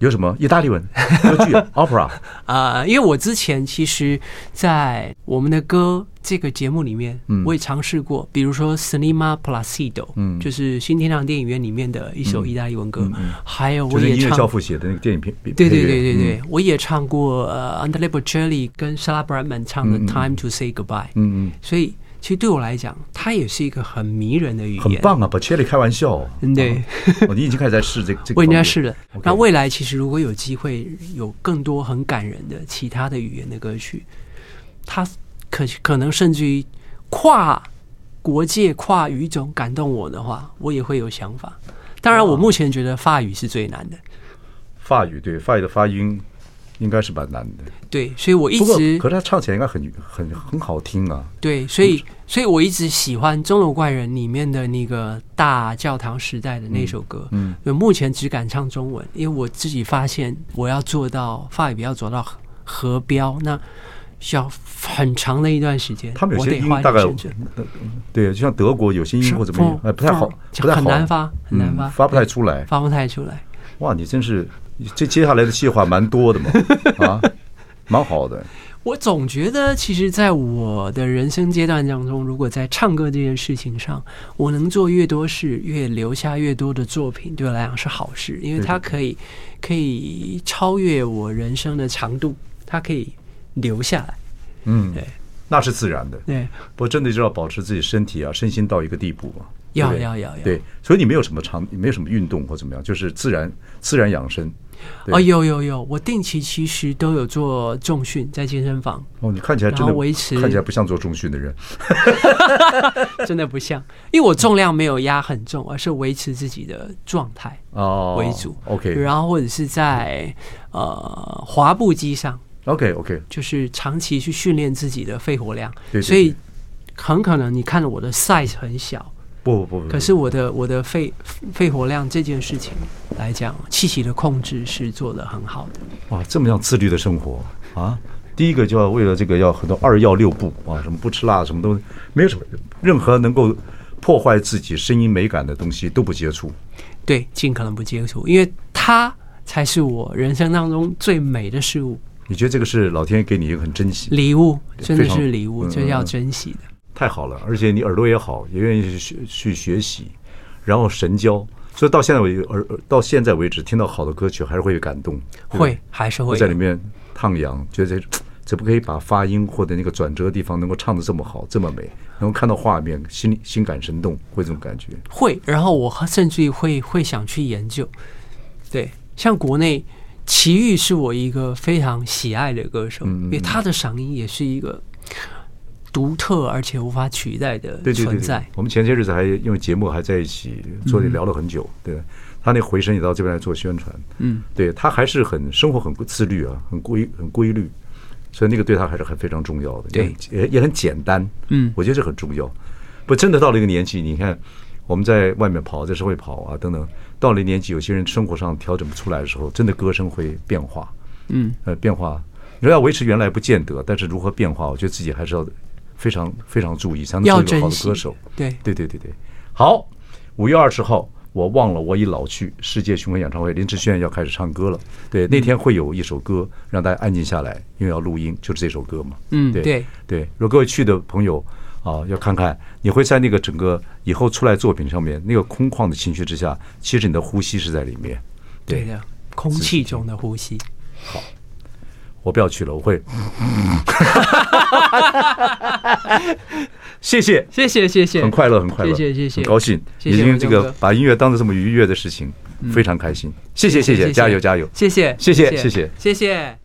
[SPEAKER 1] 有什么意大利文歌剧 opera
[SPEAKER 2] 啊，因为我之前其实，在我们的歌这个节目里面，我也尝试过，比如说《Cinema Placido》，
[SPEAKER 1] 嗯
[SPEAKER 2] 就是新天堂电影院里面的一首意大利文歌，还有
[SPEAKER 1] 就
[SPEAKER 2] 我
[SPEAKER 1] 是
[SPEAKER 2] 也
[SPEAKER 1] 音乐
[SPEAKER 2] 唱，
[SPEAKER 1] 教父写的那个电影片，
[SPEAKER 2] 对对
[SPEAKER 1] 配乐
[SPEAKER 2] 对对嗯对，我也唱过呃 a n d r e Bocelli 跟 Sarah Brightman 唱的《Time to Say Goodbye》，
[SPEAKER 1] 嗯
[SPEAKER 2] 所以其实对我来讲，它也是一个很迷人的语
[SPEAKER 1] 嗯，很
[SPEAKER 2] 言，
[SPEAKER 1] 棒啊，把 c h e l l y 开玩笑哦，
[SPEAKER 2] 嗯对
[SPEAKER 1] 哦，你已经开始在试这个这个，
[SPEAKER 2] 我应该是的。
[SPEAKER 1] OK
[SPEAKER 2] 那未来其实如果有机会有更多很感人的其他的语言的歌曲，它可可能甚至于跨国界、跨语种感动我的话，我也会有想法。当然，我目前觉得法语是最难的，
[SPEAKER 1] 法语，对法语的发音应该是蛮难的，
[SPEAKER 2] 对，所以我一
[SPEAKER 1] 不过
[SPEAKER 2] 直
[SPEAKER 1] 可是他唱起来应该很很很好听啊，
[SPEAKER 2] 对，所以所以我一直喜欢《钟楼怪人》里面的那个大教堂时代的那首歌。
[SPEAKER 1] 嗯
[SPEAKER 2] 对，目前只敢唱中文，因为我自己发现我要做到法语要做到合合标，那需要很长的一段时间。
[SPEAKER 1] 他们有
[SPEAKER 2] 我
[SPEAKER 1] 些
[SPEAKER 2] 得
[SPEAKER 1] 音
[SPEAKER 2] 花一
[SPEAKER 1] 大
[SPEAKER 2] 点
[SPEAKER 1] 概呃
[SPEAKER 2] 时间哦
[SPEAKER 1] 对，就像德国有些音或怎么样，哎，不太好，不太好，
[SPEAKER 2] 很难发，很难
[SPEAKER 1] 嗯
[SPEAKER 2] 发，
[SPEAKER 1] 发不太出来。
[SPEAKER 2] 发不太出来。
[SPEAKER 1] 哇，你真是这接下来的计划蛮多的嘛，啊，蛮好的。
[SPEAKER 2] 我总觉得，其实在我的人生阶段当中，如果在唱歌这件事情上，我能做越多事，越留下越多的作品，对我来讲是好事，因为它可以可以超越我人生的长度，它可以留下来。
[SPEAKER 1] 嗯
[SPEAKER 2] 对，
[SPEAKER 1] 那是自然的。
[SPEAKER 2] 对，
[SPEAKER 1] 不过真的就要保持自己身体啊，身心到一个地步嘛。
[SPEAKER 2] 要
[SPEAKER 1] 对不对
[SPEAKER 2] 要要要
[SPEAKER 1] 对，所以你没有什么长，没有什么运动或怎么样，就是自然自然养生。对
[SPEAKER 2] 哦，有有有，我定期其实都有做重训，在健身房，
[SPEAKER 1] 哦，你看起来真
[SPEAKER 2] 然
[SPEAKER 1] 的
[SPEAKER 2] 后维持
[SPEAKER 1] 看起来不像做重训的人。
[SPEAKER 2] 真的不像，因为我重量没有压很重，而是维持自己的状态。
[SPEAKER 1] 哦
[SPEAKER 2] 为主、
[SPEAKER 1] OK
[SPEAKER 2] 然后或者是在呃滑步机上，
[SPEAKER 1] OK OK，
[SPEAKER 2] 就是长期去训练自己的肺活量，
[SPEAKER 1] 对对
[SPEAKER 2] 所以很可能你看着我的 size 很小，
[SPEAKER 1] 不不不不，
[SPEAKER 2] 可是我的我
[SPEAKER 1] 嗯
[SPEAKER 2] 的肺肺活量这件事情来讲，气息的控制是做得很好的。
[SPEAKER 1] 哇，这么样自律的生活啊！第一个就要为了这个要很多二要六不啊，什么不吃辣，什么都没有什么，任何能够破坏自己声音美感的东西都不接触。
[SPEAKER 2] 对，尽可能不接触，因为它才是我人生当中最美的事物
[SPEAKER 1] 你觉得这个是老天给你一个很珍惜，
[SPEAKER 2] 礼物，真的
[SPEAKER 1] 非
[SPEAKER 2] 是
[SPEAKER 1] 常
[SPEAKER 2] 礼物，
[SPEAKER 1] 嗯
[SPEAKER 2] 这
[SPEAKER 1] 嗯
[SPEAKER 2] 要
[SPEAKER 1] 嗯
[SPEAKER 2] 珍惜的。
[SPEAKER 1] 太好了，而且你耳朵也好，也愿意去学去学习，然后神交，所以到现在为耳耳到现在为止，听到好的歌曲还是会有感动，对不对
[SPEAKER 2] 会还是
[SPEAKER 1] 会
[SPEAKER 2] 会
[SPEAKER 1] 在
[SPEAKER 2] 有
[SPEAKER 1] 里面徜徉，觉得这怎么可以把发音或者那个转折的地方能够唱的这么好，这么美，能够看到画面，心里心感神动，会这种感觉。
[SPEAKER 2] 会，然后我甚至于会会想去研究。对，像国内齐豫是我一个非常喜爱的歌
[SPEAKER 1] 嗯
[SPEAKER 2] 手，因为他的嗓音也是一个独特而且无法取代的
[SPEAKER 1] 对对对
[SPEAKER 2] 存
[SPEAKER 1] 对
[SPEAKER 2] 在。，
[SPEAKER 1] 我们前些日子还因为节目还在一起坐里聊了很久，
[SPEAKER 2] 嗯
[SPEAKER 1] 对他那回声也到这边来做宣传，嗯，对他还是很生活很自律啊，很规很规律，所以那个对他还是很非常重要的，
[SPEAKER 2] 对
[SPEAKER 1] 也很也也很简单，
[SPEAKER 2] 嗯
[SPEAKER 1] 我觉得这很重要。不，真的到了一个年纪，你看我们在外面跑，在社会跑啊等等，到了一个年纪，有些人生活上调整不出来的时候，真的歌声会变化，
[SPEAKER 2] 嗯，
[SPEAKER 1] 呃变化。你说要维持原来不见得，但是如何变化，我觉得自己还是要非常非常注意，才能
[SPEAKER 2] 要
[SPEAKER 1] 做一个好的
[SPEAKER 2] 珍惜
[SPEAKER 1] 歌手。
[SPEAKER 2] 对，
[SPEAKER 1] 对对对对，好，五月二十号。我忘了，我已老去。世界巡回演唱会，林志炫要开始唱歌了。对，
[SPEAKER 2] 嗯
[SPEAKER 1] 那天会有一首歌让大家安静下来，因为要录音，就是这首歌嘛。
[SPEAKER 2] 嗯对
[SPEAKER 1] 对对。如果各位去的朋友啊，要看看，你会在那个整个以后出来作品上面，那个空旷的情绪之下，其实你的呼吸是在里面。
[SPEAKER 2] 对的，空气中的呼吸。
[SPEAKER 1] 我不要去了，我会。 谢谢，
[SPEAKER 2] 谢谢谢谢，
[SPEAKER 1] 很快乐，很快乐，
[SPEAKER 2] 谢谢谢谢
[SPEAKER 1] 很高兴，
[SPEAKER 2] 谢
[SPEAKER 1] 已
[SPEAKER 2] 谢
[SPEAKER 1] 经
[SPEAKER 2] 文
[SPEAKER 1] 这
[SPEAKER 2] 忠
[SPEAKER 1] 个
[SPEAKER 2] 哥嗯
[SPEAKER 1] 把音乐当做这么愉悦的事情，非常开心。谢谢，谢谢，加油，加油。
[SPEAKER 2] 谢谢
[SPEAKER 1] 谢谢谢谢
[SPEAKER 2] 谢谢谢。